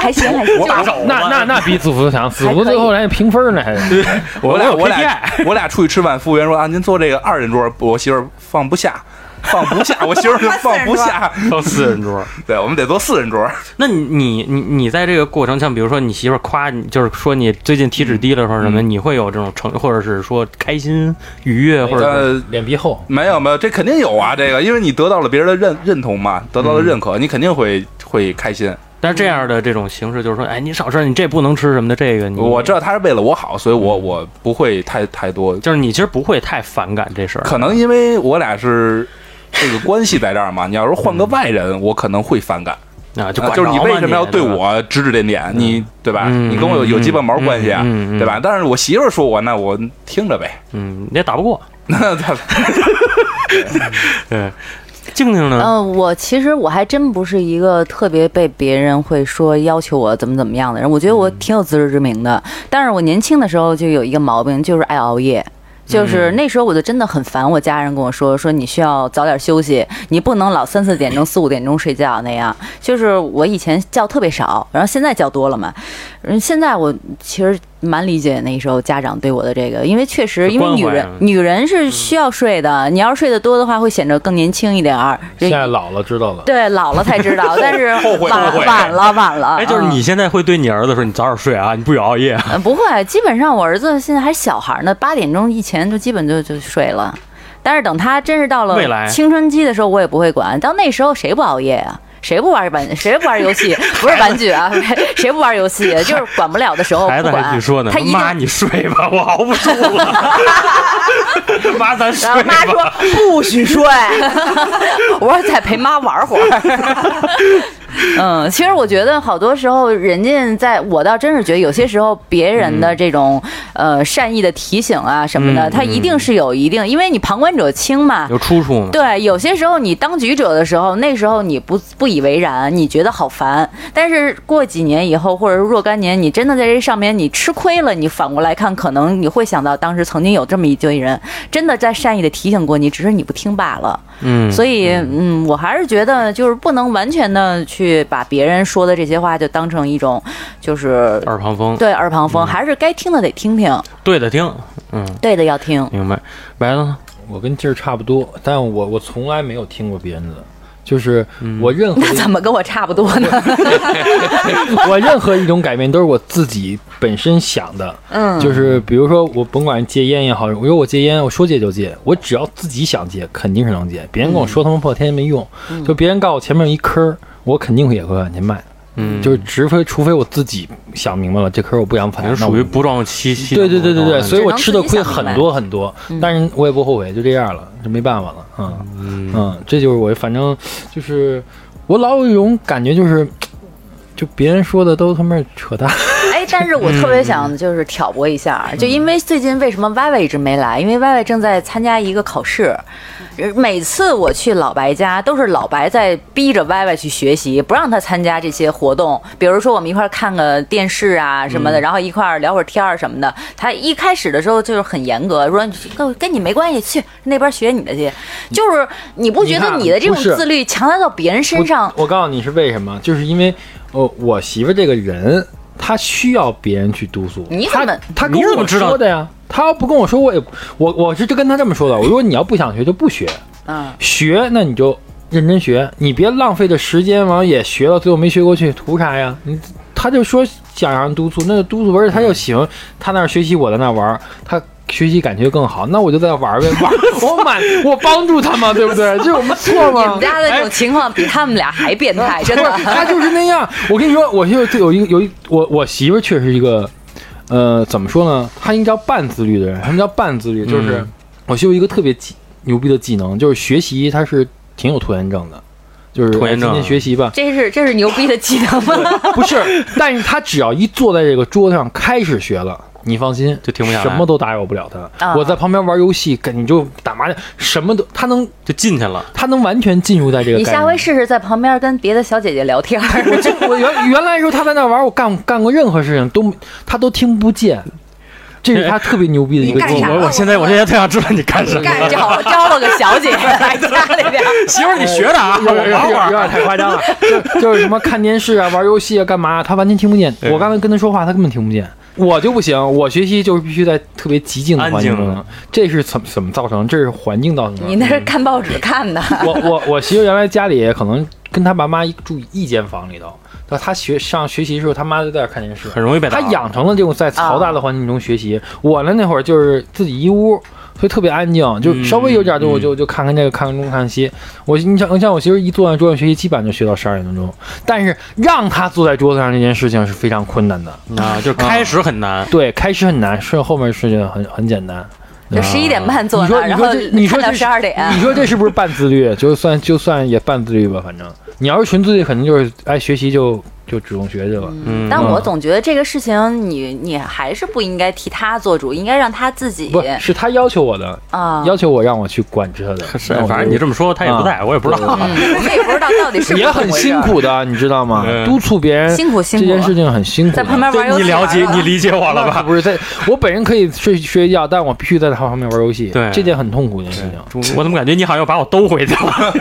B: 还行还行，
D: 我俩
C: 那那那比子服强，子服最后人家评分呢，还
D: 我俩
A: 有
D: 我俩
A: KPI
D: 我俩出去吃饭，服务员说啊，您坐这个二人桌，我媳妇儿放不下，放不下，我媳妇儿 就放不下，
A: 到四人桌。
D: 对我们得坐四人桌。
A: 那你你你你在这个过程，像比如说你媳妇儿夸你，就是说你最近体脂低了或者什么，
E: 嗯
A: 你会有这种成，或者是说开心愉悦，或者
D: 呃，
C: 脸皮厚。
D: 没有没有，这肯定有啊，这个因为你得到了别人的认认同嘛，得到了认可，你肯定会会开心。
A: 但是这样的这种形式，就是说，哎，你少吃，你这不能吃什么的，这个你
D: 我知道他是为了我好，所以我我不会太太多。
A: 就是你其实不会太反感这事儿。
D: 可能因为我俩是这个关系在这儿嘛，你要是换个外人，我可能会反感。
A: 啊，就
D: 啊
A: 管
D: 就是你
A: 着嘛
D: 为什么要对？
A: 吧
D: 我指指点点？你对吧？
A: 嗯
D: 你跟我有有鸡巴毛关系啊
A: 嗯嗯嗯嗯，
D: 对吧？但是我媳妇儿说我，那我听着呗。
A: 嗯，你也打不过。
D: 那她
A: 对，静静呢？
E: 嗯，我其实我还真不是一个特别被别人会说要求我怎么怎么样的人，我觉得我挺有自知之明的。但是我年轻的时候就有一个毛病，就是爱熬夜。就是
A: 嗯
E: 那时候我就真的很烦我家人跟我说说你需要早点休息，你不能老三四点钟、四五点钟睡觉那样。就是我以前觉特别少，然后现在觉多了嘛，嗯，现在我其实蛮理解那时候家长对我的这个，因为确实，
A: 是
E: 因为
A: 关
E: 女
A: 怀
E: 人
A: 啊
E: 女人是需要睡的，你要是睡得多的话，会显得更年轻一点儿。
C: 现在老了知道了，
E: 对，老了才知 道，但是
D: 后悔后
E: 晚
D: 悔
E: 晚了晚了。
A: 哎，就是
E: 嗯
A: 你现在会对你儿子说你早点睡啊，你不许熬夜。
E: 呃，不会，基本上我儿子现在还小孩呢，八点钟以前就基本就就睡了。但是等他真是到
A: 未来
E: 了青春期的时候，我也不会管。到那时候谁不熬夜啊？谁不玩 玩？谁不玩游戏？不是玩具啊， 谁不玩游戏？啊就是管不了的时候
A: 孩
E: 哦不
A: 子还
E: 管
A: 去说呢
E: 他一：“定
A: 妈，你睡吧， 我熬不住了。”妈，咱睡
B: 然后妈
A: 吧。
B: 说不许睡，
A: 哎
E: 我说再陪妈玩 会儿。嗯，其实我觉得好多时候，人家在我倒真是觉得，有些时候别人的这种、呃善意的提醒啊什么的，
A: 嗯
E: 他一定是有一定，因为你旁观者清嘛。
A: 有出处吗？
E: 对，有些时候你当局者的时候，那时候你不不以为然，你觉得好烦。但是过几年以后，或者是若干年，你真的在这上面你吃亏了，你反过来看，可能你会想到当时曾经有这么一堆人，真的在善意的提醒过你，只是你不听罢了。
A: 嗯，
E: 所以，嗯，我还是觉得就是不能完全的去把别人说的这些话就当成一种，就是
A: 耳旁风，
E: 对耳旁风，还是该听的得听听，
A: 对的听，嗯，
E: 对的要听。
A: 明白。白了呢，
C: 我跟劲儿差不多，但我我从来没有听过别人的，就是我任何
E: 那怎么跟我差不多呢？
C: 我任何一种改变都是我自己本身想的，嗯，就是比如说我甭管戒烟也好，如果我戒烟，我说戒就戒，我只要自己想戒，肯定是能戒，别人跟我说他妈破天没用，就别人告诉我前面有一坑儿，我肯定也会往前迈，
A: 嗯，
C: 就是除非除非我自己想明白了这坑儿我不想
A: 你
C: 踩，
A: 是
C: 那我
A: 属于不撞七夕的
C: 对
A: 那种
C: 对
A: 状态。
C: 对对对，所以
E: 只
C: 我
E: 能
C: 吃
E: 自
C: 的
E: 己
C: 亏
E: 想嗯明
C: 很
E: 白
C: 多很多，但是我也不后悔，就这样了，这没办法了，嗯嗯这就是我，反正就是我老有一种感觉，就是就别人说的都他妈扯淡，
E: 哎，但是我特别想
C: 嗯
E: 就是挑拨一下，就因为最近为什么 Y Y 一直没来？因为 Y Y 正在参加一个考试。呃每次我去老白家，都是老白在逼着 Y Y 去学习，不让他参加这些活动。比如说我们一块儿看个电视啊什么
C: 嗯
E: 的，然后一块儿聊会儿天儿什么的。他一开始的时候就是很严格，说跟跟你没关系，去那边学你的去。 就是你不觉
C: 嗯你
E: 得
C: 看
E: 你的这种
C: 不是
E: 自律强加到别人身上，
C: 我。我告诉你是为什么，就是因为呃，我媳妇这个人，她需要别人去督促。
E: 你
C: 她
E: 怎么
C: 她跟
A: 你怎么
C: 我
A: 知道
C: 说的呀？她要不跟我说，我也我我是跟她这么说的。我说你要不想学就不学，
E: 嗯，
C: 学那你就认真学，你别浪费这时间，完了也学了，最后没学过去，图啥呀？你她就说想让人督促，那就督促，而且她又喜欢，她那儿学习，我在那儿玩儿，她。学习感觉更好，那我就在玩儿呗，玩儿我满我帮助他嘛，对不对？这有什么错吗？
E: 你们家的这种情况比他们俩还变态，真
C: 哎 不是，
E: 的。，
C: 他就是那样。我跟你说，我就有一个有一我我媳妇儿确实一个，呃，怎么说呢？她应该叫半自律的人，什么叫半自律？就是、
A: 嗯
C: 我媳妇有一个特别技牛逼的技能，就是学习，她是挺有拖延症的。就是
A: 拖延症啊
C: 哎今天学习吧
E: 这是这是牛逼的技能吗？
C: 不是，但是她只要一坐在这个桌子上开始学了，你放心，
A: 就停不下来
C: 什么都打扰不了她。
E: 啊
C: 我在旁边玩游戏，跟你就打麻将，什么都她能，
A: 就进去了。
C: 她能完全进入在这个。
E: 你下回试试在旁边跟别的小姐姐聊天儿。
C: 我这我原原来时候他在那玩，我干干过任何事情都他都听不见，这是他特别牛逼的一个
F: 干
C: 技
F: 啥
C: 能。
A: 我我现在我现在特想知道你干什么。
F: 干
E: 招招了个小姐来家里边，
A: 媳妇儿，你学着
F: 哎
A: 啊，
C: 有点有
A: 玩
C: 点有
A: 玩。
C: 点太夸张了，就就是什么看电视啊、玩游戏啊、干嘛啊、他完全听不见。
A: 对
C: 我刚才跟他说话，他根本听不见。我就不行，我学习就是必须在特别极静的环境
A: 安静
C: 中
A: 的。
C: 这是怎么怎么造成？这是环境造成的。
E: 你那是看报纸看的。
C: 我我我媳妇原来家里可能跟她爸妈一住一间房里头，那她学上学习的时候，她妈就在那儿看电视，
A: 很容易被打
C: 她养成了这种在嘈杂的环境中学习。我呢那会儿就是自己一屋，所以特别安静，就
A: 嗯
C: 稍微有点就
A: 嗯
C: 我就就看看这个看看东看西。我你像你像我媳妇一坐在桌上学习，基本上就学到十二点多钟。但是让她坐在桌子上这件事情是非常困难的，
A: 啊，就是开始很难。
C: 对，开始很难，顺后面事情很很简单。
E: 就十一点半坐
C: 你
E: 那
C: 说
E: 儿，
C: 嗯啊你
E: 然后
C: 说这你说
E: 看到
C: 这
E: 十二点。
C: 你说这是不是半自律？就算就算也半自律吧，反正你要是纯自律，肯定就是哎学习就就主动学去了。
A: 嗯，
E: 但我总觉得这个事情你，你还是不应该替他做主，应该让他自己
C: 不是他要求我的，
E: 啊。
C: 要求我让我去管制他的，
A: 是
C: 那，我
A: 反
C: 就
A: 正你这么说，他
C: 啊
A: 也不在，我也不知道。
E: 嗯，我们也不知道到底 是不是
C: 也
B: 啊
C: 很辛苦的，啊你知道吗？
A: 嗯
C: 督促别人
E: 辛苦辛苦
C: 这件事情很辛苦的，
E: 在旁边玩游
A: 你
E: 戏
A: 了
E: 玩
A: 解，你
E: 了。
A: 理解我了 吧？
C: 不是在，我本人可以睡睡觉，但我必须在他旁边玩游戏，
A: 对
C: 这件很痛苦的事情。
A: 我怎么感觉你好像要把我 兜回去了？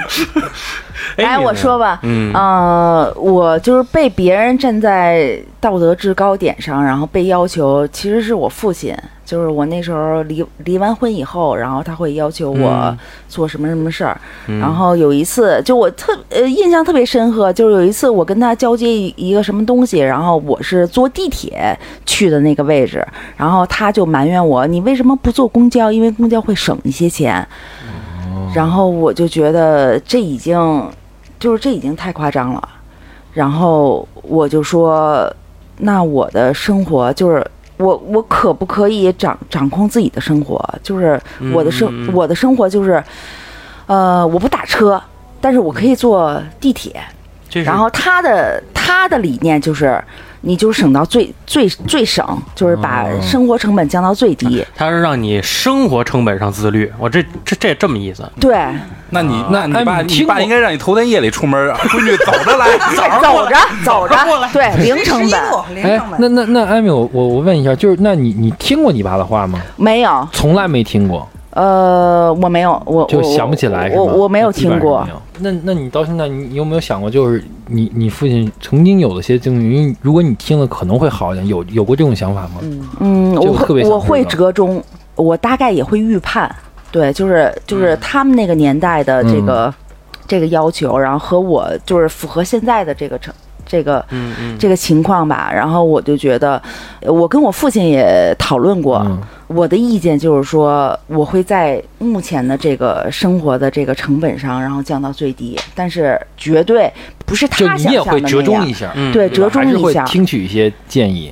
A: 你
B: 哎，
A: 呢
B: 我说吧，
A: 嗯
B: 呃，我就是被别人站在道德制高点上，然后被要求，其实是我父亲，就是我那时候离离完婚以后，然后他会要求我
A: 嗯
B: 做什么什么事儿。然后有一次，就我特呃印象特别深刻，就是有一次我跟他交接一一个什么东西，然后我是坐地铁去的那个位置，然后他就埋怨我，你为什么不坐公交？因为公交会省一些钱。然后我就觉得这已经，就是这已经太夸张了。然后我就说，那我的生活就是我我可不可以掌掌控自己的生活？就是我的生、
A: 嗯嗯嗯
B: 我的生活就是，呃，我不打车，但是我可以坐地铁。
D: 嗯
A: 这是
B: 然后他的他的理念就是，你就省到最最最省，就是把
C: 哦
B: 生活成本降到最低。
D: 嗯
A: 他是让你生活成本上自律，我这这这这么意思。
B: 对，
D: 那你
A: 啊
D: 那你
C: 哎
D: 爸
C: 你
D: 你
C: 听
D: 爸
C: 过
D: 应该让你头天夜里出门啊，闺女走着来， 早上
B: 走着走着，对零成本
F: 11零
C: 哎
F: 成，
C: 那
F: 本。
C: 那那艾米，我我我问一下，就是那你你听过你爸的话吗？
B: 没有。
C: 从来没听过，
B: 呃，我没有，我
C: 就
B: 我
C: 想不起来是
B: 我
C: 吗
B: 我没有听过
C: 基，本上没有。那那你到现在，你你有没有想过，就是你你父亲曾经有的些经历，因为如果你听了可能会好一点，有有过这种想法吗？
B: 嗯，
C: 就
B: 我
C: 特别想
B: 会我
C: 知
B: 会
C: 道
B: 折中，我大概也会预判，对，就是
C: 嗯
B: 就是他们那个年代的这个、这个要求，然后和我就是符合现在的这个成这个
A: 嗯嗯，
B: 这个情况吧，然后我就觉得，呃我跟我父亲也讨论过，
C: 嗯
B: 我的意见就是说，我会在目前的这个生活的这个成本上，然后降到最低，但是绝对不是
C: 就
B: 他
C: 你
B: 想
C: 也
B: 象
C: 会
B: 的
C: 折
B: 那
C: 中一
B: 样。
C: 下，
A: 嗯
C: 对
B: 对，
C: 吧
B: 折中
C: 还是
B: 一
C: 会
B: 下，
C: 听取一些建议。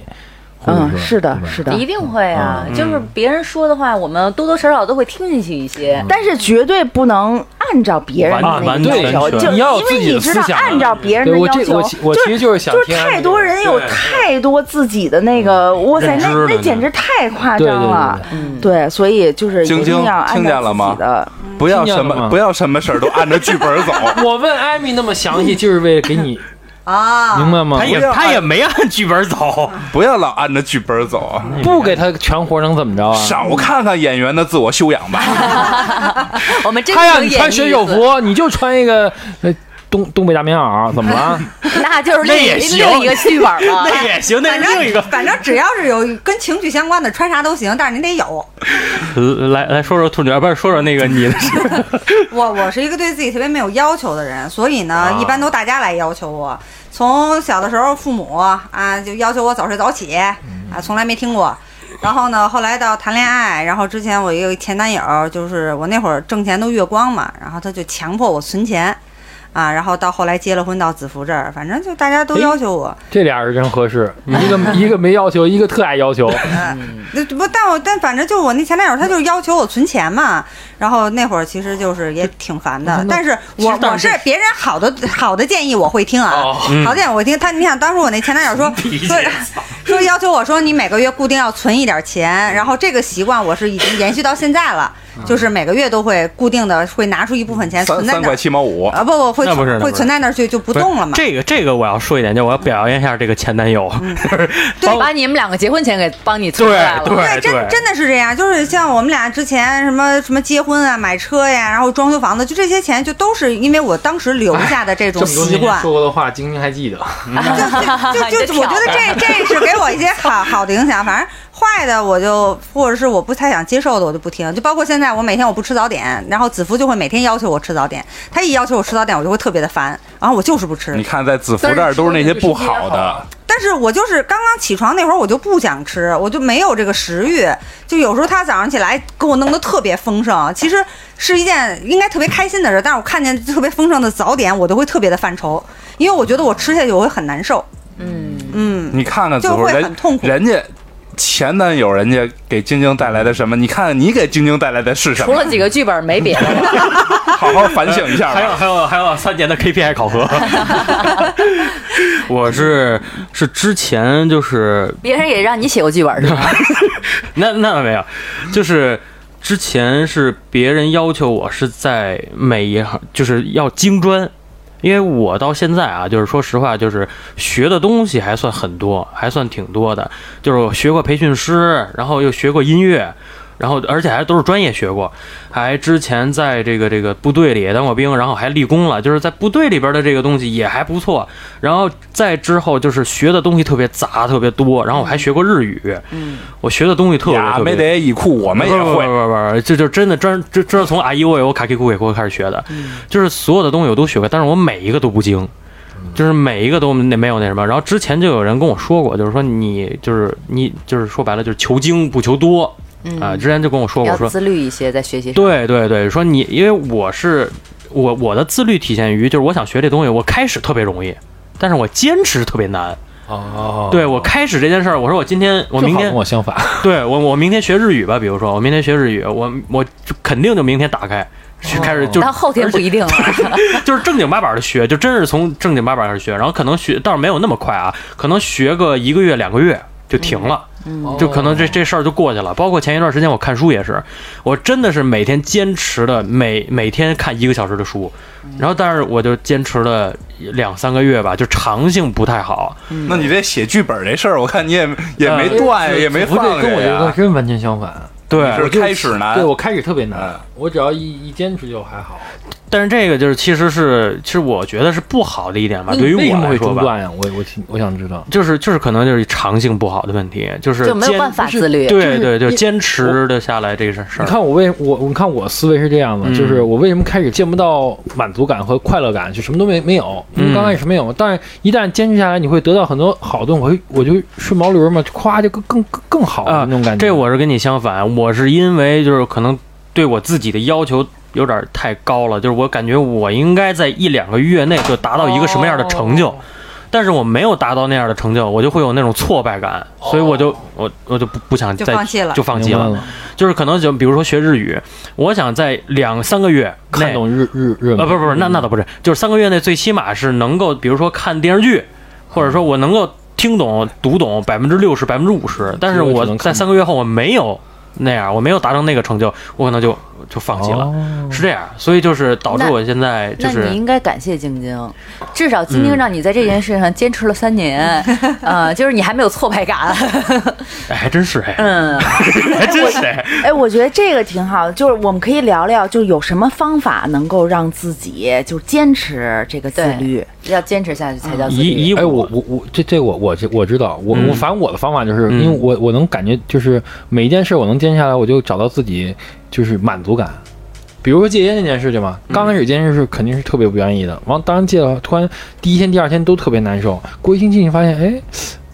C: 或者
B: 嗯，
C: 说
B: 是的
C: 对，吧
B: 是的，
E: 一定会啊，
C: 嗯
E: 就是别人说的话，我们多多少少都会听进去一些。
B: 但是绝对不能按照别人的那
A: 完
B: 个
A: 完
B: 要
A: 全
B: 求，
A: 全
B: 就
C: 你要有
B: 因
C: 自
B: 为
C: 己的
B: 你知
C: 思
B: 道
C: 想啊
B: 按照别人
C: 对
B: 的
C: 我
B: 要
C: 这
B: 求，
C: 我其我
B: 就
C: 其实就是想
B: 就是
C: 听安妮
B: 太多人有
A: 对
B: 太多自己的那个，哇塞，
A: 认
B: 那
A: 知了
B: 那
A: 呢
B: 简直太夸
C: 对
B: 张了。
C: 对
E: 嗯，
B: 对，所以就是
D: 晶
B: 一
D: 晶
B: 定要按
D: 听见
B: 照
D: 了
B: 自
D: 吗
B: 己的。
D: 不要什
C: 听见了吗
D: 么不要什么事儿都按照剧本走。
C: 对，我问艾米那么详细，就是为了给你
F: 啊，
C: 明白吗
A: 他？也
D: 不要
A: 他也没按剧本走，
D: 不要老按着剧本走啊，
A: 哎
C: 不给他全活能怎么着啊？
D: 少看看演员的自我修养吧。
E: 我们真
C: 嗯他让
E: 诚
C: 你
E: 演
C: 穿
E: 绎
C: 水
E: 一
C: 手
E: 次，
C: 服，你就穿一个呃东东北大棉袄，怎么 了？
E: 那就是
A: 那
E: 另
A: 也
E: 一
A: 行
E: 另一个剧本了。
A: 那也行，
C: 哎
A: 那
F: 反
A: 是另一
F: 正
A: 个。
F: 反正只要是有跟情绪相关的，穿啥都行，但是你得有。
A: 呃 来来说说兔女儿，不是说说那个你 的事儿，
F: 我我是一个对自己特别没有要求的人，所以呢，
A: 啊
F: 一般都大家来要求我。从小的时候，父母啊就要求我早睡早起啊，从来没听过。然后呢，后来到谈恋爱，然后之前我一个前男友，就是我那会儿挣钱都月光嘛，然后他就强迫我存钱啊，然后到后来结了婚，到子服这儿，反正就大家都
C: 哎
F: 要求我。
C: 这俩人真合适，一 个一个没要求，一个特爱要求。
F: 那不，但我但反正就我那前男友，他就要求我存钱嘛。然后那会儿其实就是
A: 嗯
F: 也挺烦的，但是我我是别人好的好的建议我会听啊，好的建议我会听。他你想当时我那前男友说说说要求我说你每个月固定要存一点钱，然后这个习惯我是已经延续到现在了，
A: 嗯
F: 就是每个月都会固定的会拿出一部分钱
D: 三
F: 存在
D: 三
F: 那
D: 块
F: 儿
D: 七毛五，
F: 啊，不不会
A: 那不是那不
F: 会
A: 是
F: 存在那儿就就不
A: 不是
F: 动了嘛。
A: 这个这个我要说一点，就我要表扬一下这个前男友，
E: 对，把你们两个结婚前给帮你存出来了。
A: 对
F: 哎真
A: 对
F: 真的是这样，就是像我们俩之前什么什么结婚啊、买车呀，然后装修房子，就这些钱，就都是因为我当时留下的这 种习惯。
C: 过的话，晶晶还记得。
F: 就就就我觉得这这是给我一些 好好的影响，反正坏的我就或者是我不太想接受的我就不听，就包括现在我每天我不吃早点，然后子福就会每天要求我吃早点，他一要求我吃早点，我就会特别的烦，然后我就是不吃
D: 你。看在子服这儿都是那些不好的，
F: 但是我就是刚刚起床那会儿，我就不想吃，我就没有这个食欲。就有时候他早上起来给我弄得特别丰盛，其实是一件应该特别开心的事。但是我看见特别丰盛的早点，我都会特别的犯愁，因为我觉得我吃下去我会很难受。
E: 嗯，
F: 嗯，
D: 你看看子
F: 就
D: 服
F: 会
D: 人
F: 很痛苦
D: 人家。前男友人家给晶晶带来的什么？你看看你给晶晶带来的是什
E: 除
D: 么？
E: 了几个剧本没别的了。
D: 好好反省一下
A: 还有
D: 吧。
A: 还有还有三年的 KPI 考核。我是是之前就是
E: 别人也让你写过剧本是吧？
A: 那那没有，就是之前是别人要求我是在每一行就是要精专，因为我到现在啊，就是说实话，就是学的东西还算很多，还算挺多的，就是我学过培训师，然后又学过音乐。然后而且还都是专业学过，还之前在这个这个部队里也当过兵，然后还立功了，就是在部队里边的这个东西也还不错。然后再之后就是学的东西特别杂，特别多，然后我还学过日语，嗯，我学的东西特别
D: 呀，
A: 特别嗯
D: 没得以库，我们也
A: 不
D: 会
A: 是不。是不是不是，这就真的专这这是从阿姨我有卡基库给我开始学的，
E: 嗯
A: 就是所有的东西我都学过，但是我每一个都不精，
E: 嗯
A: 就是每一个都那没有那什么。然后之前就有人跟我说过，就是说你就是你就是说白了就是求精不求多啊。之前就跟 我说过
E: 要
A: 说，
E: 嗯自律一些，在学习上。
A: 对对对，说你因为我是我我的自律体现于就是我想学这东西，我开始特别容易，但是我坚持特别难。
C: 哦，
A: 对我开始这件事儿，我说我今天我
C: 我
A: 明天
C: 跟我相反，
A: 对我，我明天学日语吧，比如说我明天学日语，我我就肯定就明天打开。
C: 哦
A: 去开始就
E: 但后天不一定了，
A: 就是正经八百的学，就真是从正经八百开始学，然后可能学倒是没有那么快啊，可能学个一个月两个月就停了，
C: 嗯哦
A: 就可能这这事儿就过去了。包括前一段时间我看书也是，我真的是每天坚持的每每天看一个小时的书，
C: 嗯
A: 然后但是我就坚持了两三个月吧，就长性不太好，
D: 那你这写剧本这事儿，我看你也也没
A: 呃
D: 断，也没
C: 不
D: 放
C: 这跟我
D: 下
C: 这个
D: 呀。
C: 真完全相反。
A: 对，
D: 是开始
A: 哎
D: 难
C: 对我开始特别难
D: 嗯，
C: 我只要一一坚持就还好。
A: 但是这个就是其实是其实我觉得是不好的一点啊吧，对于
C: 为什
A: 我
C: 么
A: 来
C: 会啊
A: 说
C: 中
A: 吧。
C: 断呀？我我挺我想知道。
A: 就是就是可能就是长性不好的问题，就是
E: 就没有
A: 坚
E: 办法自律。
A: 对对，就
C: 就是是
A: 坚持的下来这个事
C: 你
A: 儿。
C: 看我为我，你看我思维是这样的，
A: 嗯
C: 就是我为什么开始见不到满足感和快乐感，就什么都没没有，因
A: 嗯
C: 为刚开始没有，但是一旦坚持下来，你会得到很多好的，我会我就顺毛驴儿嘛，就夸就更更更更好的
A: 啊
C: 那种感觉。
A: 这我是跟你相反，我是因为就是可能对我自己的要求有点太高了，就是我感觉我应该在一两个月内就达到一个什么样的成就，但是我没有达到那样的成就，我就会有那种挫败感，所以我就我我就不不想
F: 就
A: 再
F: 放弃了
A: 就放弃
C: 明白
A: 了。
C: 了，
A: 就是可能就比如说学日语，我想在两三个月内
C: 看懂日日日文
A: 啊，不是不是，那那倒不是，就是三个月内最起码是能够，比如说看电视剧，或者说我能够听懂、读懂百分之六十、百分之五十，但是
C: 只有
A: 我
C: 只能
A: 在
C: 看
A: 嗯三个月后我没有那样，我没有达成那个成就，我可能就就放弃了，
C: 哦
A: 是这样，所以就是导致
E: 那
A: 我现在就
E: 那
A: 是
E: 你应该感谢晶晶，至少晶晶
A: 嗯
E: 让你在这件事上坚持了三年， 呃，就是你还没有挫败感。
A: 哎，还真是哎，
E: 嗯，
A: 还真是哎，
B: 哎，我觉得这个挺好的，就是我们可以聊聊，就有什么方法能够让自己就坚持这个自
E: 对
B: 律。
E: 要坚持下去才叫自律。
A: 以以
C: 哎，我我我这这我我这我知道，我、
A: 嗯
C: 我反正我的方法就是，
A: 嗯
C: 因为我我能感觉就是每一件事我能坚持下来，我就找到自己就是满足感。比如说戒烟这件事情嘛，刚
A: 嗯
C: 开始戒烟是肯定是特别不愿意的，完当然戒了，突然第一天、第二天都特别难受，过一星期你发现，哎，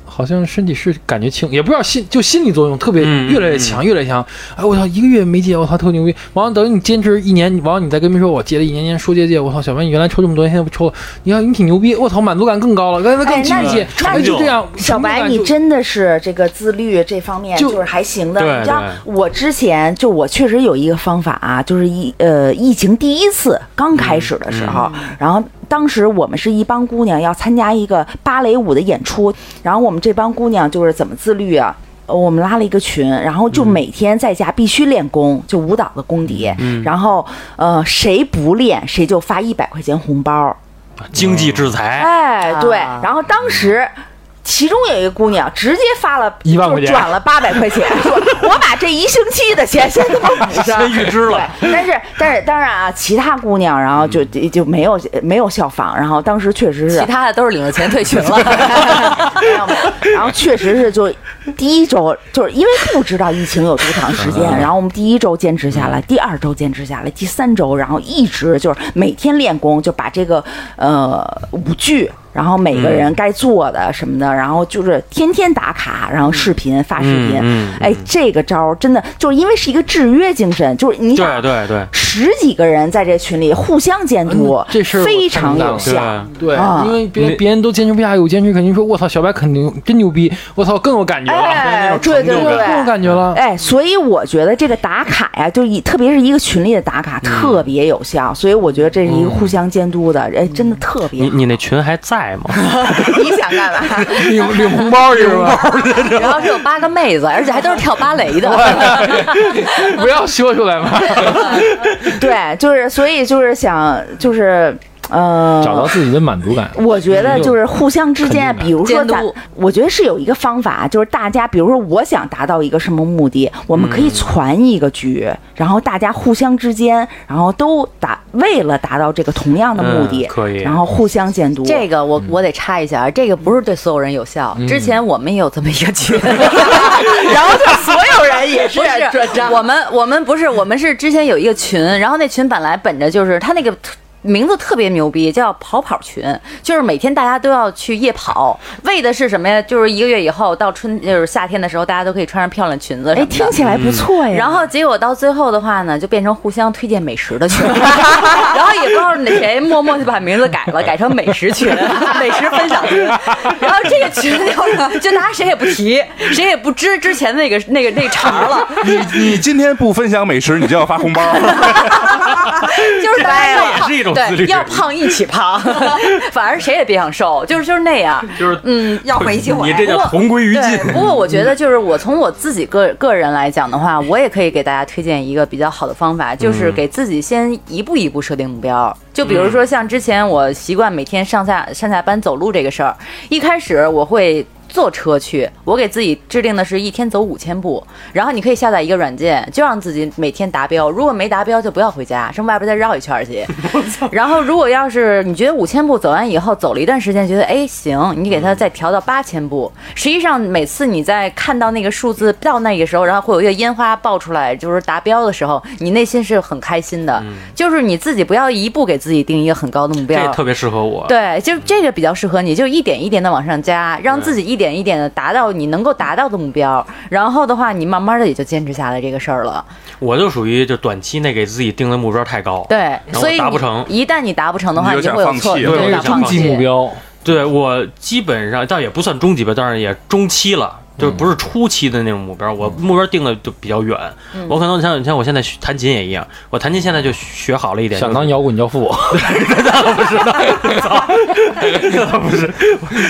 C: 好像身体是感觉轻，也不知道心就心理作用特别
A: 嗯嗯
C: 越来越强，越来越强。哎，我操，一个月没戒，我操，特牛逼。完了，等你坚持一年，完了你再跟别人说，我戒了一年烟，说戒戒，我操，小明你原来抽这么多烟，现在不抽了，你看你挺牛逼，我操，满足感更高了，刚才更
B: 哎那
C: 积极，
A: 那
C: 哎，就这样。
B: 小
C: 成
B: 白，
C: 就感
B: 你
C: 就
B: 真的是这个自律这方面
C: 就
B: 就是还行的。
A: 对
B: 你知道
A: 对
B: 我之前就我确实有一个方法啊，就是疫呃疫情第一次刚开始的时
C: 嗯
B: 候，然后当时我们是一帮姑娘要参加一个芭蕾舞的演出，然后我们这帮姑娘就是怎么自律啊？呃我们拉了一个群，然后
C: 嗯
B: 就每天在家必须练功，就舞蹈的功底。
C: 嗯
B: 然后呃，谁不练谁就发一百块钱红包。
A: 经济制裁，
B: 哎，对，
E: 啊
B: 然后当时。其中有一个姑娘直接发了
C: 一万块钱
B: 就转了八百 块钱，说我把这一星期的钱先都补上，
A: 先预支了。
B: 对，但是但是当然啊，其他姑娘然后就就就没有没有效仿，然后当时确实是
E: 其他的都是领了钱退群 了，
B: 没有没有， 然后确实是就第一周就是因为不知道疫情有多长时间，
C: 嗯
B: 然后我们第一周坚持下来，第二周坚持下来，第三周然后一直就是每天练功，就把这个呃舞剧。然后每个
C: 嗯
B: 人该做的什么的，然后就是天天打卡，然后视频发视频，
A: 嗯嗯
B: 哎，这个招儿真的就是因为是一个制约精神，就是你想
A: 对对
E: 哎
A: 对，
B: 十几个人在这群里互相监督，
C: 嗯这事儿我
B: 非常
C: 看到
B: 有
C: 了
A: 对
B: 效。
C: 对
B: 啊，
C: 因为
A: 你
C: 别别人都坚持不下去，我坚持肯定说，我操，小白肯定真牛逼，我操，更有感觉了，
B: 哎，对对
C: 更有
B: 对，
C: 更有感觉了。
B: 哎，所以我觉得这个打卡呀，就一特别是一个群里的打
C: 嗯
B: 卡，特别有效。所以我觉得这是一个互相监督的，哎，真的特别
C: 嗯
A: 你。你那群还在吗？
B: 你想干 嘛？
C: 领领红包去是 吧？
E: 主要是有八个妹子，而且还都是跳芭 蕾的。
C: 不要说出来嘛。
B: 对，就是所以就是想就是。呃，
C: 找到自己的满足感。
B: 我觉得就是互相之间，
C: 肯定的
B: 比如说咱
E: 监督，
B: 我觉得是有一个方法，就是大家，比如说我想达到一个什么目的，我们
C: 嗯
B: 可以攒一个局，然后大家互相之间，然后都达为了达到这个同样的目的，
A: 嗯可以
B: 然后互相监督。
E: 这个我我得插一下啊，这个不是对所有人有效。
B: 嗯
E: 之前我们也有这么一个 群，
B: 然后就所有人也是
E: 不
B: 转
E: 是
B: 账，
E: 我们我们不是我们是之前有一个群，然后那群本来本着就是他那个。名字特别牛逼，叫跑跑群，就是每天大家都要去夜跑，为的是什么呀？就是一个月以后到春，就是夏天的时候，大家都可以穿上漂亮裙子什
B: 哎，
E: 么的。
B: 听起来
C: 嗯
B: 不错
A: 哎
B: 呀。
E: 然后结果到最后的话呢，就变成互相推荐美食 的群，然后也不知道那谁默默就把名字改 了，改成美食群、 美食分享群。然后这个群就就大家谁也不提，谁也不知之前那个那个那个茬 儿了，
D: 你你今天不分享美食，你就要发红包。
E: 就是大家要
A: 这也是一种自律
E: 对，要胖一起胖， 反正谁也别想瘦，就是就是那样。
A: 就是
E: 嗯，
F: 要回去 回。
A: 你这叫同归于尽。啊嗯
E: 对，不过我觉得就是我从我自己个个人来讲的话，我也可以给大家推荐一个比较好的方法，
A: 嗯
E: 就是给自己先一步一步设定目标。就比如说像之前我习惯每天上下上下班走路这个事儿，一开始我会。坐车去，我给自己制定的是一天走五千步，然后你可以下载一个软件，就让自己每天达标。如果没达标，就不要回家，上外边再绕一圈儿去。 然后，如果要是你觉得五千步走完以后，走了一段时间，觉得哎行，你给它再调到八千步。实际上，每次你在看到那个数字到那个时候，然后会有一个烟花爆出来，就是达标的时候，你内心是很开心的。就是你自己不要一步给自己定一个很高的目标，
A: 这特别适合我，
E: 对，就这个比较适合你，就一点一点的往上加，让自己一点一点的达到你能够达到的目标。然后的话，你慢慢的也就坚持下来这个事儿了。
A: 我就属于就短期内给自己定的目标太高。
E: 对，
A: 后
E: 所以
A: 达
E: 你
A: 不成
E: 一旦你达不成的话，
D: 你
E: 你
D: 就
E: 会有
D: 想
E: 挫
D: 放弃
E: 折，
A: 对
E: 就
A: 我
E: 想
A: 就想
E: 放
C: 终极目标，
A: 对我基本上倒也不算终极吧，但是也中期了，
C: 嗯
A: 就是不是初期的那种目标。我目标定的就比较远，
E: 嗯
A: 我可能像像我现在学弹琴也一样，我弹琴现在就学好了一点。
C: 想当
A: 就是
C: 摇滚教父。
A: 不是，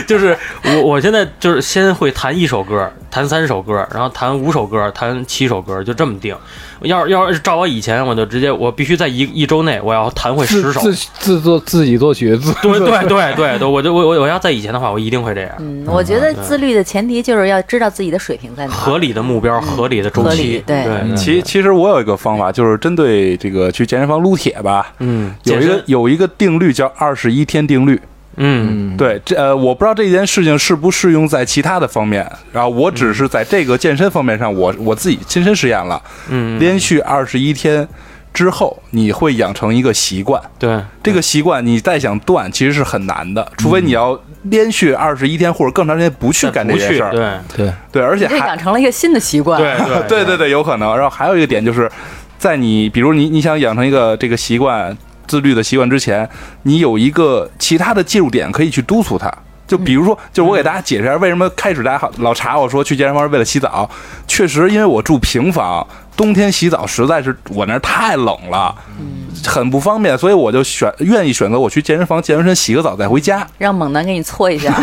A: 就是我我现在就是先会弹一首歌，弹三首歌，然后弹五首歌，弹七首歌，就这么定。要要是照我以前，我就直接我必须在一一周内我要弹会
C: 自
A: 十首。
C: 自自作自己作曲，自
A: 对 对对对对，我就我我我要在以前的话，我一定会这样。
E: 嗯，我觉得自律的前提就是要知道自己的水平在哪儿。
A: 合理的目标，合理的周
E: 合
A: 期
E: 理，对
A: 对，
D: 其其实我有一个方法，就是针对这个去健身房撸铁吧，
A: 嗯，
D: 有一
A: 健
D: 个
A: 身，
D: 有一个定律叫二十一天定律。
A: 嗯，
D: 对，这呃，我不知道这件事情适不适用在其他的方面，然后我只是在这个健身方面上，我我自己亲身实验了，
A: 嗯，
D: 连续二十一天之后，你会养成一个习惯。
A: 对，
D: 这个习惯你再想断，其实是很难的，除非你要连续二十一天或者更长时间不去干这
A: 不
D: 件
A: 去
D: 事儿。
A: 嗯对
C: 对，
D: 对，而且
E: 就
D: 还
E: 养成了一个新的习 惯。
A: 对对
D: 对对对，有可能。然后还有一个点就是，在你比如你你想养成一个这个习惯、自律的习惯之前，你有一个其他的介入点可以去督促他。就比如说，就是我给大家解释一下，为什么开始大家好老查我说去健身房是为了洗澡，确实因为我住平房，冬天洗澡实在是我那儿太冷了，很不方便，所以我就选愿意选择我去健身房健完身洗个澡再回家。
E: 让猛男给你搓一下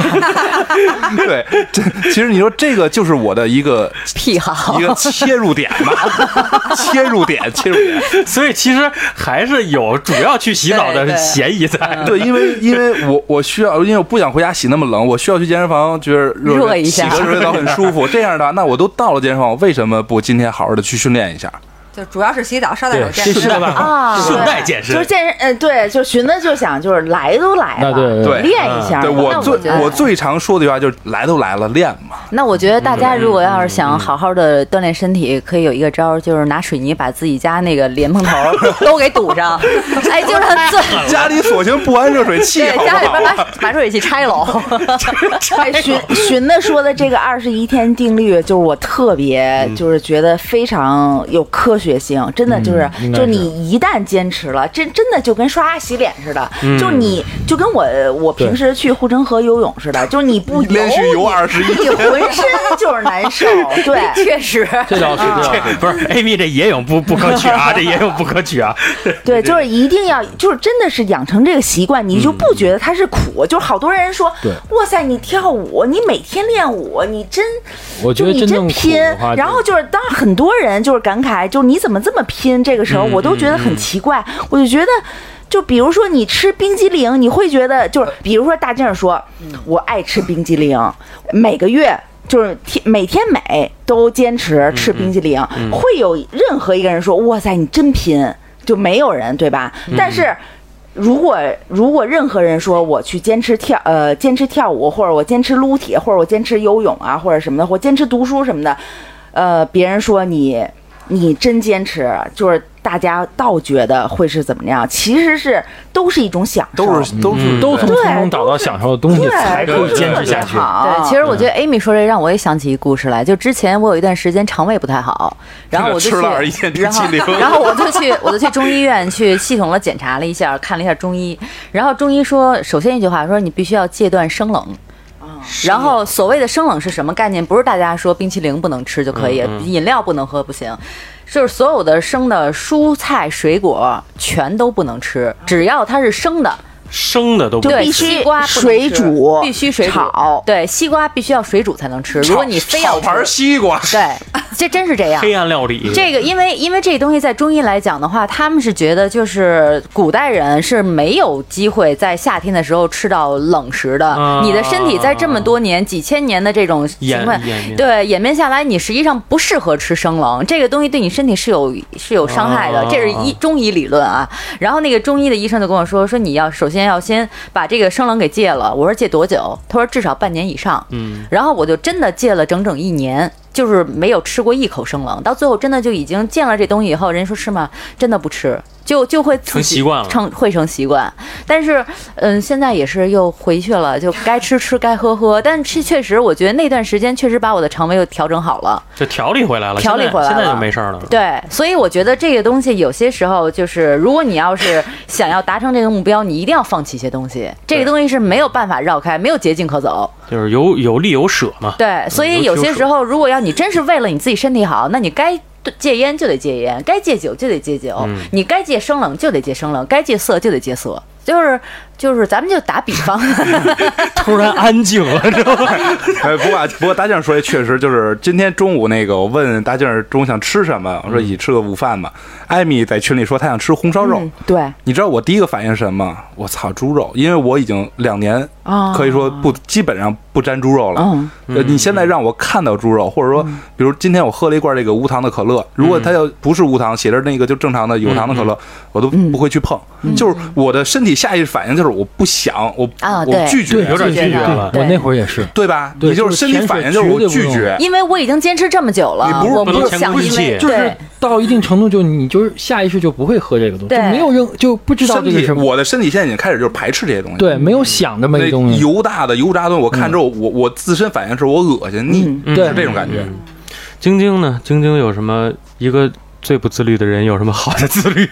D: 对，这其实你说这个就是我的一个
E: 癖好
D: 一。个切入点吧，切入点，切入点。
A: 所以其实还是有主要去洗澡
E: 对
A: 的
E: 对
A: 嫌疑在。
D: 对，因为因为我我需要，因为我不想回家洗那么冷，我需要去健身房，觉得热
E: 热一下
D: 洗个热水澡很 舒服。这样的话，那我都到了健身房，我为什么不今天好好的去训练一下？
F: 就主要是洗澡，烧点酒
A: 这
F: 健
A: 是
F: 身。
A: 个办法，
E: 啊
A: 顺带健
B: 就是
A: 身。
B: 健身，嗯，对，就寻思就想就是来都来
C: 那
B: 了，
C: 对
D: 对嗯
B: 练一下。
D: 对
B: 那
D: 我
B: 我
D: 最
B: 觉得
D: 我最常说的一句话就是来都来了，练 嘛。
E: 那我觉得大家如果要是想好好的锻炼身体，可以有一个招儿，就是拿水泥把自己家那个莲蓬头儿都给堵上。哎，就让自
D: 家里索性不安热水器，
E: 对
D: 好不
E: 家里边
D: 好？
E: 把把热水器拆喽。
B: 哎，寻寻的说的这个二十一天定律，就是我特
D: 嗯
B: 别就是觉得非常有科学性，真的就是
C: 嗯应该
B: 就是是你一旦坚持了，真真的就跟刷牙洗脸似的，
D: 嗯
B: 就你就跟我我平时去护城河游泳似的，就是你不游
D: 连续游
B: 你
D: 21
B: 你浑身就是难受，对。
E: 确实，
C: 这倒是
E: 啊
A: 啊
C: 这倒是。
A: 不 是，Amy 这野泳不不可取啊，这野泳不可取啊。
B: 对，就是一定要，就是真的是养成这个习惯，你就不觉得它是苦。就是好多人说
C: 对，
B: 哇塞，你跳舞，你每天练舞，你真，
C: 我觉
B: 就
C: 得
B: 你
C: 真正
B: 真
C: 苦
B: 拼
C: 的话，。
B: 然后就是，当然很
C: 嗯
B: 多人就是感慨，就是你怎么这么拼？这个时候我都觉得很奇怪，我就觉得。就就比如说你吃冰激凌，你会觉得就是，比如说大静说，我爱吃冰激凌，每个月。就是天每天每都坚持
C: 嗯
B: 吃冰激凌，会有任何一个人说：“哇塞，你真拼！”就没有人对吧？
C: 嗯
B: 但是如果如果任何人说我去坚持跳呃坚持跳舞，或者我坚持撸铁，或者我坚持游泳啊，或者什么的，或坚持读书什么的，呃，别人说你你真坚持，就是大家倒觉得会是怎么样？其实是都是一种享受，
D: 都是都是
A: 嗯都从
B: 对
A: 从中找到享受的东西，
B: 对
A: 才可以坚持下去
B: 特别。好
E: 啊对，其实我觉得 Amy 说这让我也想起一故事来，就之前我有一段时间肠胃不太好，然后我就
D: 吃
E: 去
D: 了一天冰
E: 然
D: 淇
E: 后
D: 淋，
E: 然后我就去，我就去中医院去系统的检查了一下，看了一下中医，然后中医说，首先一句话说你必须要戒断生冷。然后所谓的生冷是什么概念？不是大家说冰淇淋不能吃就可以，饮料不能喝不行，就是所有的生的蔬菜水果全都不能吃，只要它是生的，
A: 生的都不
E: 对，
B: 必须
E: 西瓜不能吃
B: 水煮
E: 必须水煮
B: 炒
E: 对，西瓜必须要水煮才能吃。如果你 非要
D: 炒盘
E: 吃，
D: 西瓜，
E: 对，这真是这样。
A: 黑暗料理。
E: 这个，因为因为这东西在中医来讲的话，他们是觉得就是古代人是没有机会在夏天的时候吃到冷食的。
A: 啊
E: 你的身体在这么多年、几千年的这种情况
A: 演演变，
E: 对演变下来，你实际上不适合吃生冷，这个东西对你身体是有是有伤害的
A: 啊。
E: 这是医中医理论啊。然后那个中医的医生就跟我说，说你要首先要先把这个生冷给戒了。我说戒多久？他说至少半年以上。
A: 嗯，
E: 然后我就真的戒了整整一年，就是没有吃过一口生冷，到最后真的就已经见了这东西以后，人家说是吗？真的不吃，就就会自己
A: 成习惯了
E: 成会成习惯。但是，嗯，现在也是又回去了，就该吃吃，该喝喝。但是确实，我觉得那段时间确实把我的肠胃又调整好了。
A: 就调理回来了，
E: 调理
A: 现在
E: 回来
A: 现在就
E: 了
A: 没事儿了。
E: 对，所以我觉得这个东西有些时候就是，如果你要是想要达成这个目标，你一定要放弃一些东西。这个东西是没有办法绕开，没有捷径可走。
A: 就是有有利有舍嘛。
E: 对，所以有些时候，如果要你真是为了你自己身体好，那你该戒烟就得戒烟，该戒酒就得戒酒，
D: 嗯
E: 你该戒生冷就得戒生冷，该戒色就得戒色。就是就是，咱们就打比 方，
A: 突然安静了，知道吗？
D: 哎，不过不过大静说的确实就是今天中午那个，我问大静中午想吃什么，我说一起吃个午饭吧。艾米在群里说她想吃红烧肉，
B: 嗯，对，
D: 你知道我第一个反应是什么吗？我操，猪肉！因为我已经两年
B: 啊
D: 可以说不基本上不沾猪肉了。
B: 嗯
D: 呃你现在让我看到猪肉，或者说，比如今天我喝了一罐这个无糖的可乐，如
B: 嗯
D: 果它要不是无糖，写着那个就正常的有糖的可乐，我都
B: 嗯
D: 不会去碰。就是我的身体下意识反应就是我不想，我
E: 啊
D: 我
E: 对
D: 拒绝，
A: 有点
E: 拒
A: 拒绝
E: 绝
A: 了
E: 了。
C: 我那会儿也是，
D: 对吧？
C: 对
D: 你就是身体反应就是我拒
C: 就是潜水区
D: 绝。
E: 因为我已经坚持这么久了，
D: 你不是
E: 我
A: 不能
E: 不
A: 前
E: 想
A: 功
E: 因
A: 尽弃
E: 为
C: 就是
E: 对
C: 到一定程度就你就是下意识就不会喝这个东西，
E: 对
C: 就没有任就不知道
D: 身
C: 这个
D: 体，
C: 是
D: 我的身体现在已经开始就是排斥这些东西。
C: 对，没有想这么
D: 那
C: 一东西。嗯
D: 油大的油炸的东西，我看之后，我我自身反应是我恶心腻，
A: 嗯
C: 对
D: 是这种感觉。
A: 晶晶呢？晶晶有什么一个最不自律的人有什么好的自律？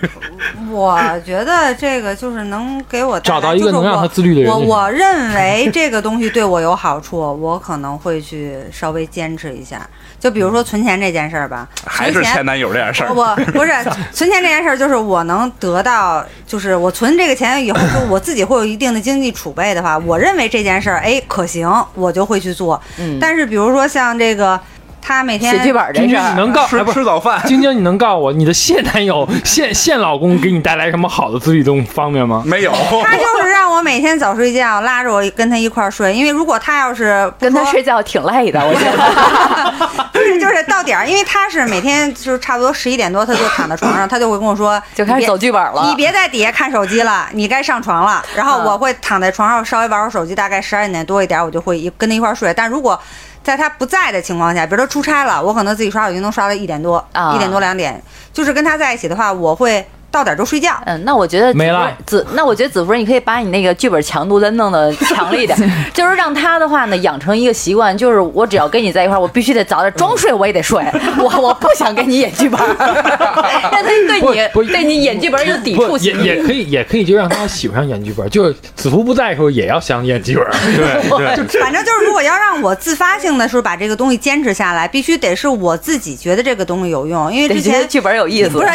F: 我觉得这个就是能给我带来
C: 找到一个
F: 就是
C: 能让
F: 我
C: 他自律的人
F: 我
C: 就行
F: 我认为这个东西对我有好处， 我可能会去稍微坚持一下。就比如说存钱这件事儿吧，
D: 还是
F: 存钱
D: 前男友这点事儿。
F: 哦我 不是存钱这件事儿，就是我能得到，就是我存这个钱以后，就我自己会有一定的经济储备的话，
D: 嗯
F: 我认为这件事儿哎可行，我就会去做。
E: 嗯
F: 但是比如说像这个，他每天
E: 写剧本这
C: 晶
E: 事
C: 晶，你
E: 儿。
C: 能告
D: 吃
C: 哎不是
D: 吃早 饭，
C: 晶晶，你能告诉我你的现男友、现现老公给你带来什么好的自律动方面吗？
D: 没有，
F: 他就是让我每天早睡觉，拉着我跟他一块儿睡。因为如果他要是不
E: 跟他
F: 说
E: 睡觉挺累的，我觉得。
F: 就是就是到点儿，因为他是每天就是差不多十一点多，他就躺在床上，他就会跟我说，
E: 就开始
F: 你别
E: 走剧本了
F: 你别在底下看手机了，你该上床了。然后
E: 嗯
F: 我会躺在床上稍微玩会儿手机，大概十二点多一点，我就会一跟他一块儿睡。但如果在他不在的情况下，比如他出差了，我可能自己刷手机能刷到一点多，
E: 啊
F: 一点多两点。就是跟他在一起的话，我会到点儿就睡 觉。
E: 嗯，那我觉得子
C: 没
E: 夫
C: 了
E: 子，那我觉得子夫人，你可以把你那个剧本强度再弄得强烈一点，就是让他的话呢养成一个习惯，就是我只要跟你在一块儿，我必须得早点装睡，我也得睡，我我不想跟你演剧本儿， 让他对
C: 不
E: 你
C: 不
E: 对你演剧本儿有抵触
C: 不也
E: 心理。
C: 也可以，也可以就让他喜欢演剧本，就是子服不在的时候也要想演剧本。对对，就
F: 反正就是，如果要让我自发性的时候把这个东西坚持下来，必须得是我自己觉得这个东西有用。因为
E: 对
F: 之
E: 觉得
F: 前
E: 剧本儿有意思，
F: 不是，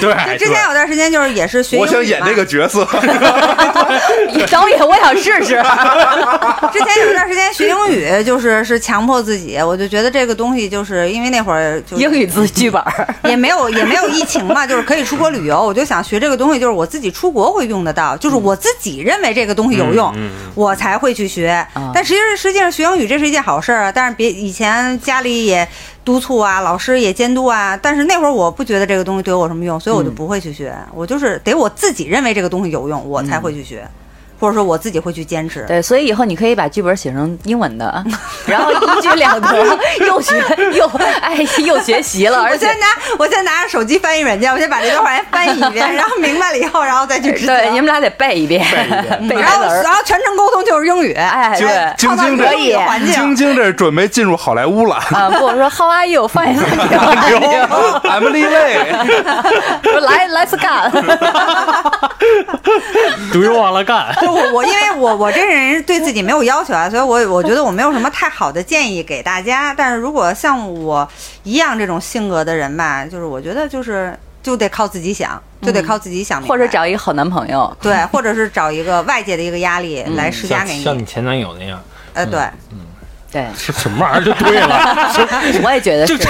F: 对，就之前有有段时间就是也是学
D: 我
F: 英
D: 想
F: 语
D: 演
F: 嘛
D: 这个角色，
E: 导演，我想试 试。
F: 之前有一段时间学英语，就是是强迫自己，我就觉得这个东西就是因为那会儿就
E: 英语字剧本儿，
F: 也没有也没有疫情嘛，就是可以出国旅游，我就想学这个东西，就是我自己出国会用得到，就是我自己认为这个东西有用，我才会去学。
E: 嗯
F: 但实际上，实际上学英语这是一件好事儿啊，但是别以前家里也督促啊，老师也监督啊，但是那会儿我不觉得这个东西对我有什么用，所以
E: 嗯
F: 我就不会去学，我就是得我自己认为这个东西有用，我才会去学。或者说我自己会去坚持，
E: 嗯对，所以以后你可以把剧本写成英文 的，然后一举两得，又学又哎又学习 了，而
F: 我
E: 且
F: 先拿我先拿着手机翻译软件，我先把这段话先翻译一 遍，然后明白了以后，然后再去执行。
E: 对你们俩得背一遍，背
F: 然
E: 单
F: 后
E: 词嗯儿。
F: 然后全程沟通就是 英语，
E: 哎，
D: 晶
E: 对。
D: 晶晶
E: 可以
D: 这
F: 环境
D: 晶晶这准备进入好莱坞了。
E: 啊，不，我说 How are you？放一放，
D: 牛，Emily Lay，
E: 说来，Let's go。
A: 不用忘了干。
F: 就我我因为我我这人对自己没有要求啊，所以我我觉得我没有什么太好的建议给大家。但是如果像我一样这种性格的人吧，就是我觉得就是就得靠自己想，就得靠自己想明白，
E: 嗯或者找一个好男朋友，
F: 对，或者是找一个外界的一个压力
E: 嗯
F: 来施加
C: 像
F: 给
C: 像
F: 你
C: 你。嗯前男友那样，
F: 呃，对，
E: 对，
A: 是什么玩意儿就对 了，
E: 我也觉得是
A: 就。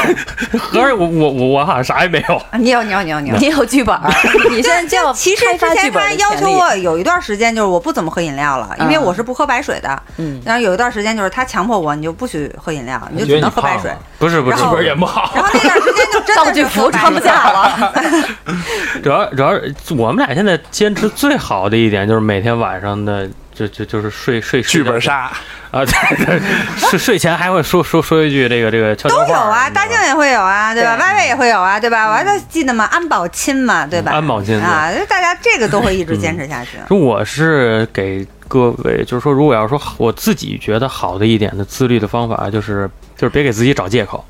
A: 这合着我我我我好像啥也没有。
F: 你有你有你有你有。
E: 你有剧本儿，你现在就要
F: 其实
E: 开
F: 之
E: 发剧
F: 前
E: 本儿
F: 他
E: 的
F: 要
E: 权
F: 求
E: 利
F: 我有一段时间就是我不怎么喝饮料了，因为
E: 嗯
F: 我是不喝白水的。
E: 嗯
F: 然后有一段时间就是他强迫我，你就不许喝饮料，你就
C: 觉
F: 只
C: 得你
F: 能喝白
C: 胖
F: 水
C: 了。，
A: 不是不
F: 是
A: 是，
F: 然
A: 剧
F: 后
A: 本也不好。
F: 然后那段时间就 真
E: 道
F: 的
E: 具
F: 是
E: 服
F: 喝白
E: 穿不
F: 水
E: 下了。
A: 主要主要是我们俩现在坚持最好的一点就是每天晚上的就就就是睡睡
D: 剧本杀，
A: 啊， 对对，睡睡前还会说说说一句这个这个悄悄
F: 都
A: 话。嗯
F: 有
A: 你知道
F: 啊，
A: 吗
F: 大靖也会有啊，对吧？
E: 对
F: 歪歪也会有啊，对吧？我还记得嘛，安保亲嘛，对
D: 嗯
F: 吧？
A: 安保亲
F: 啊，大家这个都会一直坚持下去。
A: 就我是给各位，就是说，如果要说好我自己觉得好的一点的自律的方法，就是就是别给自己找借口，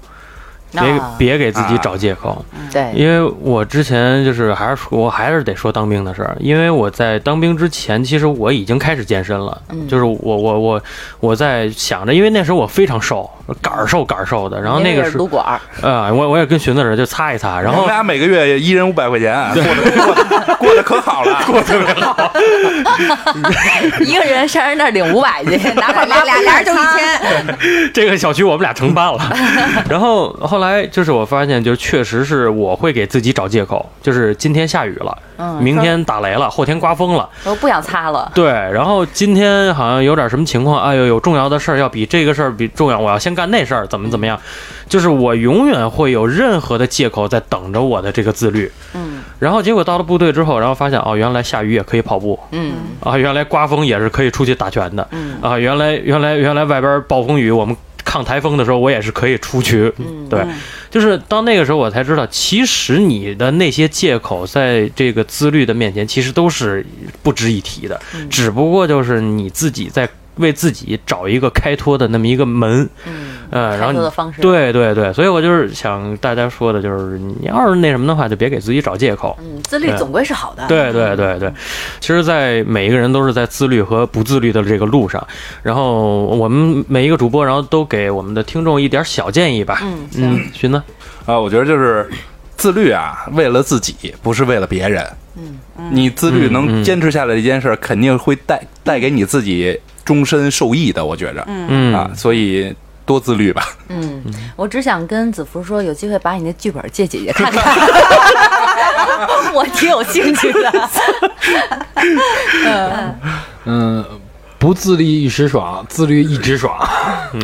A: 别、
E: 啊
A: 别给自己找借口，
B: 嗯
E: 对，
A: 因为我之前就是还是说我还是得说当兵的事儿，因为我在当兵之前，其实我已经开始健身了，
E: 嗯
A: 就是我我我我在想着，因为那时候我非常瘦，杆儿瘦杆儿瘦的，然后那个
E: 是
A: 是
E: 撸管儿，
A: 啊、我我也跟寻子似的，就擦一擦，然
D: 我
A: 后
D: 们俩每个月一人五百块钱，啊过得过得过得可好了，过得
E: 一个人上人那儿领五百去，拿
D: 嗯
E: 块
F: 俩俩俩人就一
E: 千。
F: 天，
A: 这个小区我们俩承 办了。然后后来就是我发现，就是确实是我会给自己找借口，就是今天下雨了，
E: 嗯
A: 明天打雷了，后天刮风了，
E: 我不想擦 了。
A: 对。然后今天好像有点什么情况，哎呦，有重要的事儿要比这个事儿比重要，我要先干那事儿，怎么怎么样？
E: 嗯
A: 就是我永远会有任何的借口在等着我的这个自律。
E: 嗯
A: 然后结果到了部队之后，然后发现哦，原来下雨也可以跑步，
E: 嗯
A: 啊，原来刮风也是可以出去打拳的，
E: 嗯
A: 啊，原来原来原来外边暴风雨，我们抗台风的时候，我也是可以出去，
E: 嗯
A: 对，就是到那个时候我才知道，其实你的那些借口在这个自律的面前，其实都是不值一提的，
E: 嗯
A: 只不过就是你自己在为自己找一个开脱的那么一个门，
E: 嗯，
A: 呃，然后
E: 开
A: 你
E: 脱的方式。
A: 对对对，所以我就是想大家说的就是，你要是那什么的话，就别给自己找借口，
E: 嗯，自律总归是好的。
A: 对对对对，其实，在每一个人都是在自律和不自律的这个路上。然后我们每一个主播，然后都给我们的听众一点小建议吧。
E: 嗯行
A: 嗯，寻呢？
D: 啊，我觉得就是自律啊，为了自己，不是为了别人。
E: 嗯
D: 你自律
A: 嗯嗯
D: 能坚持下来的一件事儿，肯定会带带给你自己终身受益的。我觉着
A: 嗯
D: 啊，所以多自律吧。
E: 嗯，我只想跟子福说，有机会把你那剧本借姐姐看看，我挺有兴趣的。
C: 嗯，不自律一时爽，自律一直爽。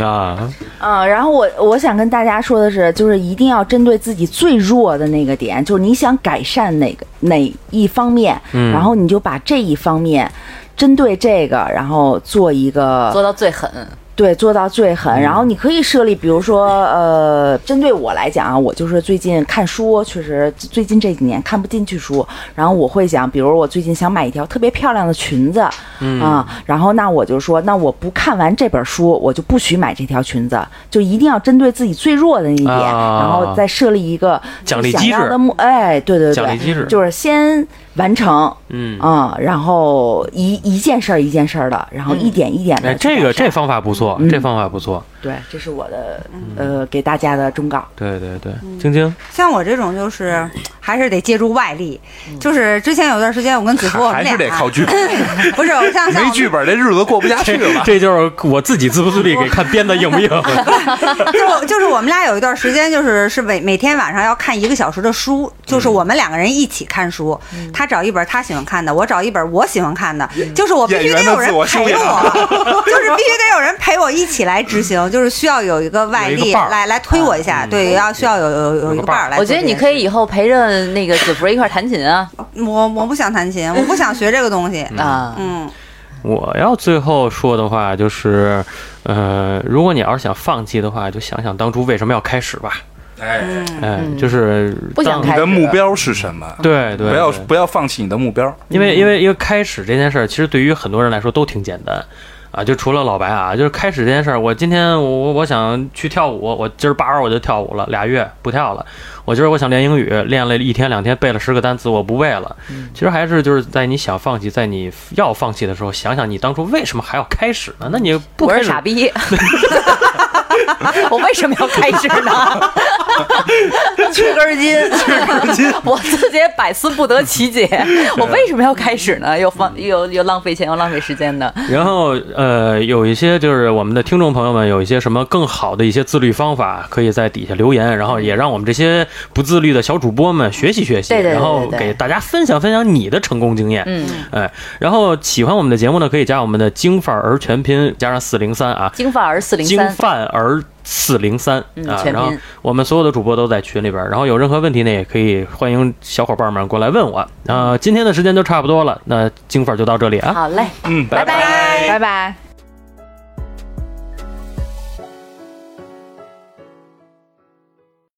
A: 啊，
B: 嗯，然后我我想跟大家说的是，就是一定要针对自己最弱的那个点，就是你想改善哪个哪一方面，
A: 嗯
B: 然后你就把这一方面针对这个，然后做一个
E: 做到最狠，
B: 对，做到最
A: 嗯
B: 狠。然后你可以设立，比如说，呃，针对我来讲啊，我就是最近看书，确实最近这几年看不进去书。然后我会想，比如我最近想买一条特别漂亮的裙子，嗯啊，然后那我就说，那我不看完这本书，我就不许买这条裙子，就一定要针对自己最弱的那一点，
A: 啊
B: 然后再设立一个
A: 奖励
B: 想
A: 机
B: 要
A: 制
B: 的目，哎，对对对，
A: 奖励机制
B: 就是先完成。
A: 嗯，
B: 啊、然后一一件事儿一件事儿的，然后一点一点
A: 嗯
B: 的、
A: 哎哎，这个这方法不错
B: 嗯，
A: 这方法不错。
B: 对，这是我的呃给大家的忠告。
A: 对对对，晶晶，
F: 像我这种就是还是得借助外力，就是之前有段时间我跟子福我
D: 嗯还
F: 们
D: 是得
E: 啊
F: 俩
D: 靠 剧本，
F: 不是我像像
D: 没
F: 我
D: 剧本这日子过不下去 了。
A: 这就是我自己自不自律，给看编的硬不硬？
F: 就就是我们俩有一段时间，就是是每每天晚上要看一个小时的书，就是我们两个人一起看书，他找一本他喜欢看的，我找一本我喜欢看的，就是我必须得有人
D: 演员的自我修
F: 陪
D: 养
F: 我，就是必须得有人陪我一起来执行，就是需要有一个外
A: 有一
F: 力
A: 个伴儿
F: 来来推我一下，对，要需要有有有一个伴儿来
E: 我
F: 做
E: 觉
F: 这
E: 得
F: 件
E: 你
F: 事。
E: 可以以后陪着那个子福一块儿弹琴啊
F: 我我不想弹琴，我不想学这个东西，
E: 啊，
F: 嗯，
A: 我要最后说的话就是，呃，如果你要是想放弃的话，就想想当初为什么要开始吧。
D: 哎，
A: 哎，就是
E: 不想
A: 当
E: 开
D: 你的目标是什么？
A: 对对，
D: 不要
A: 对
D: 不要放弃你的目标。
A: 因
E: 嗯
A: 为因为因为开始这件事儿，其实对于很多人来说都挺简单。啊，就除了老白啊，就是开始这件事儿，我今天我我我想去跳舞，我今儿八儿我就跳舞了，俩月不跳了。我今儿我想练英语，练了一天两天，背了十个单词，我不背了。
E: 嗯
A: 其实还是就是在你想放弃，在你要放弃的时候，想想你当初为什么还要开始呢？那你不
E: 我
A: 开
E: 是
A: 始
E: 傻 逼， 我为什么要开支呢？
F: 缺根筋，
E: 我自己也百思不得其 解，我为什么要开始呢？又放又又浪费钱，又浪费时间的。
A: 然后呃，有一些就是我们的听众朋友们有一些什么更好的一些自律方法，可以在底下留言，然后也让我们这些不自律的小主播们学习学习，
E: 对对对
A: 然后
E: 对对
A: 给大家分享分享你的成功经验。
E: 嗯，
A: 哎，然后喜欢我们的节目呢，可以加我们的京范儿全拼加上四零三啊，
E: 金范儿四零
A: 京
E: 三，
A: 范儿四零三
E: 嗯
A: 啊，
E: 全拼
A: 然后我们所有的主播都在群里边儿，然后有任何问题呢，也可以欢迎小伙伴们过来问我。啊、今天的时间就差不多了，那京范儿就到这里啊。
E: 好嘞，
D: 嗯，
E: 拜
B: 拜拜。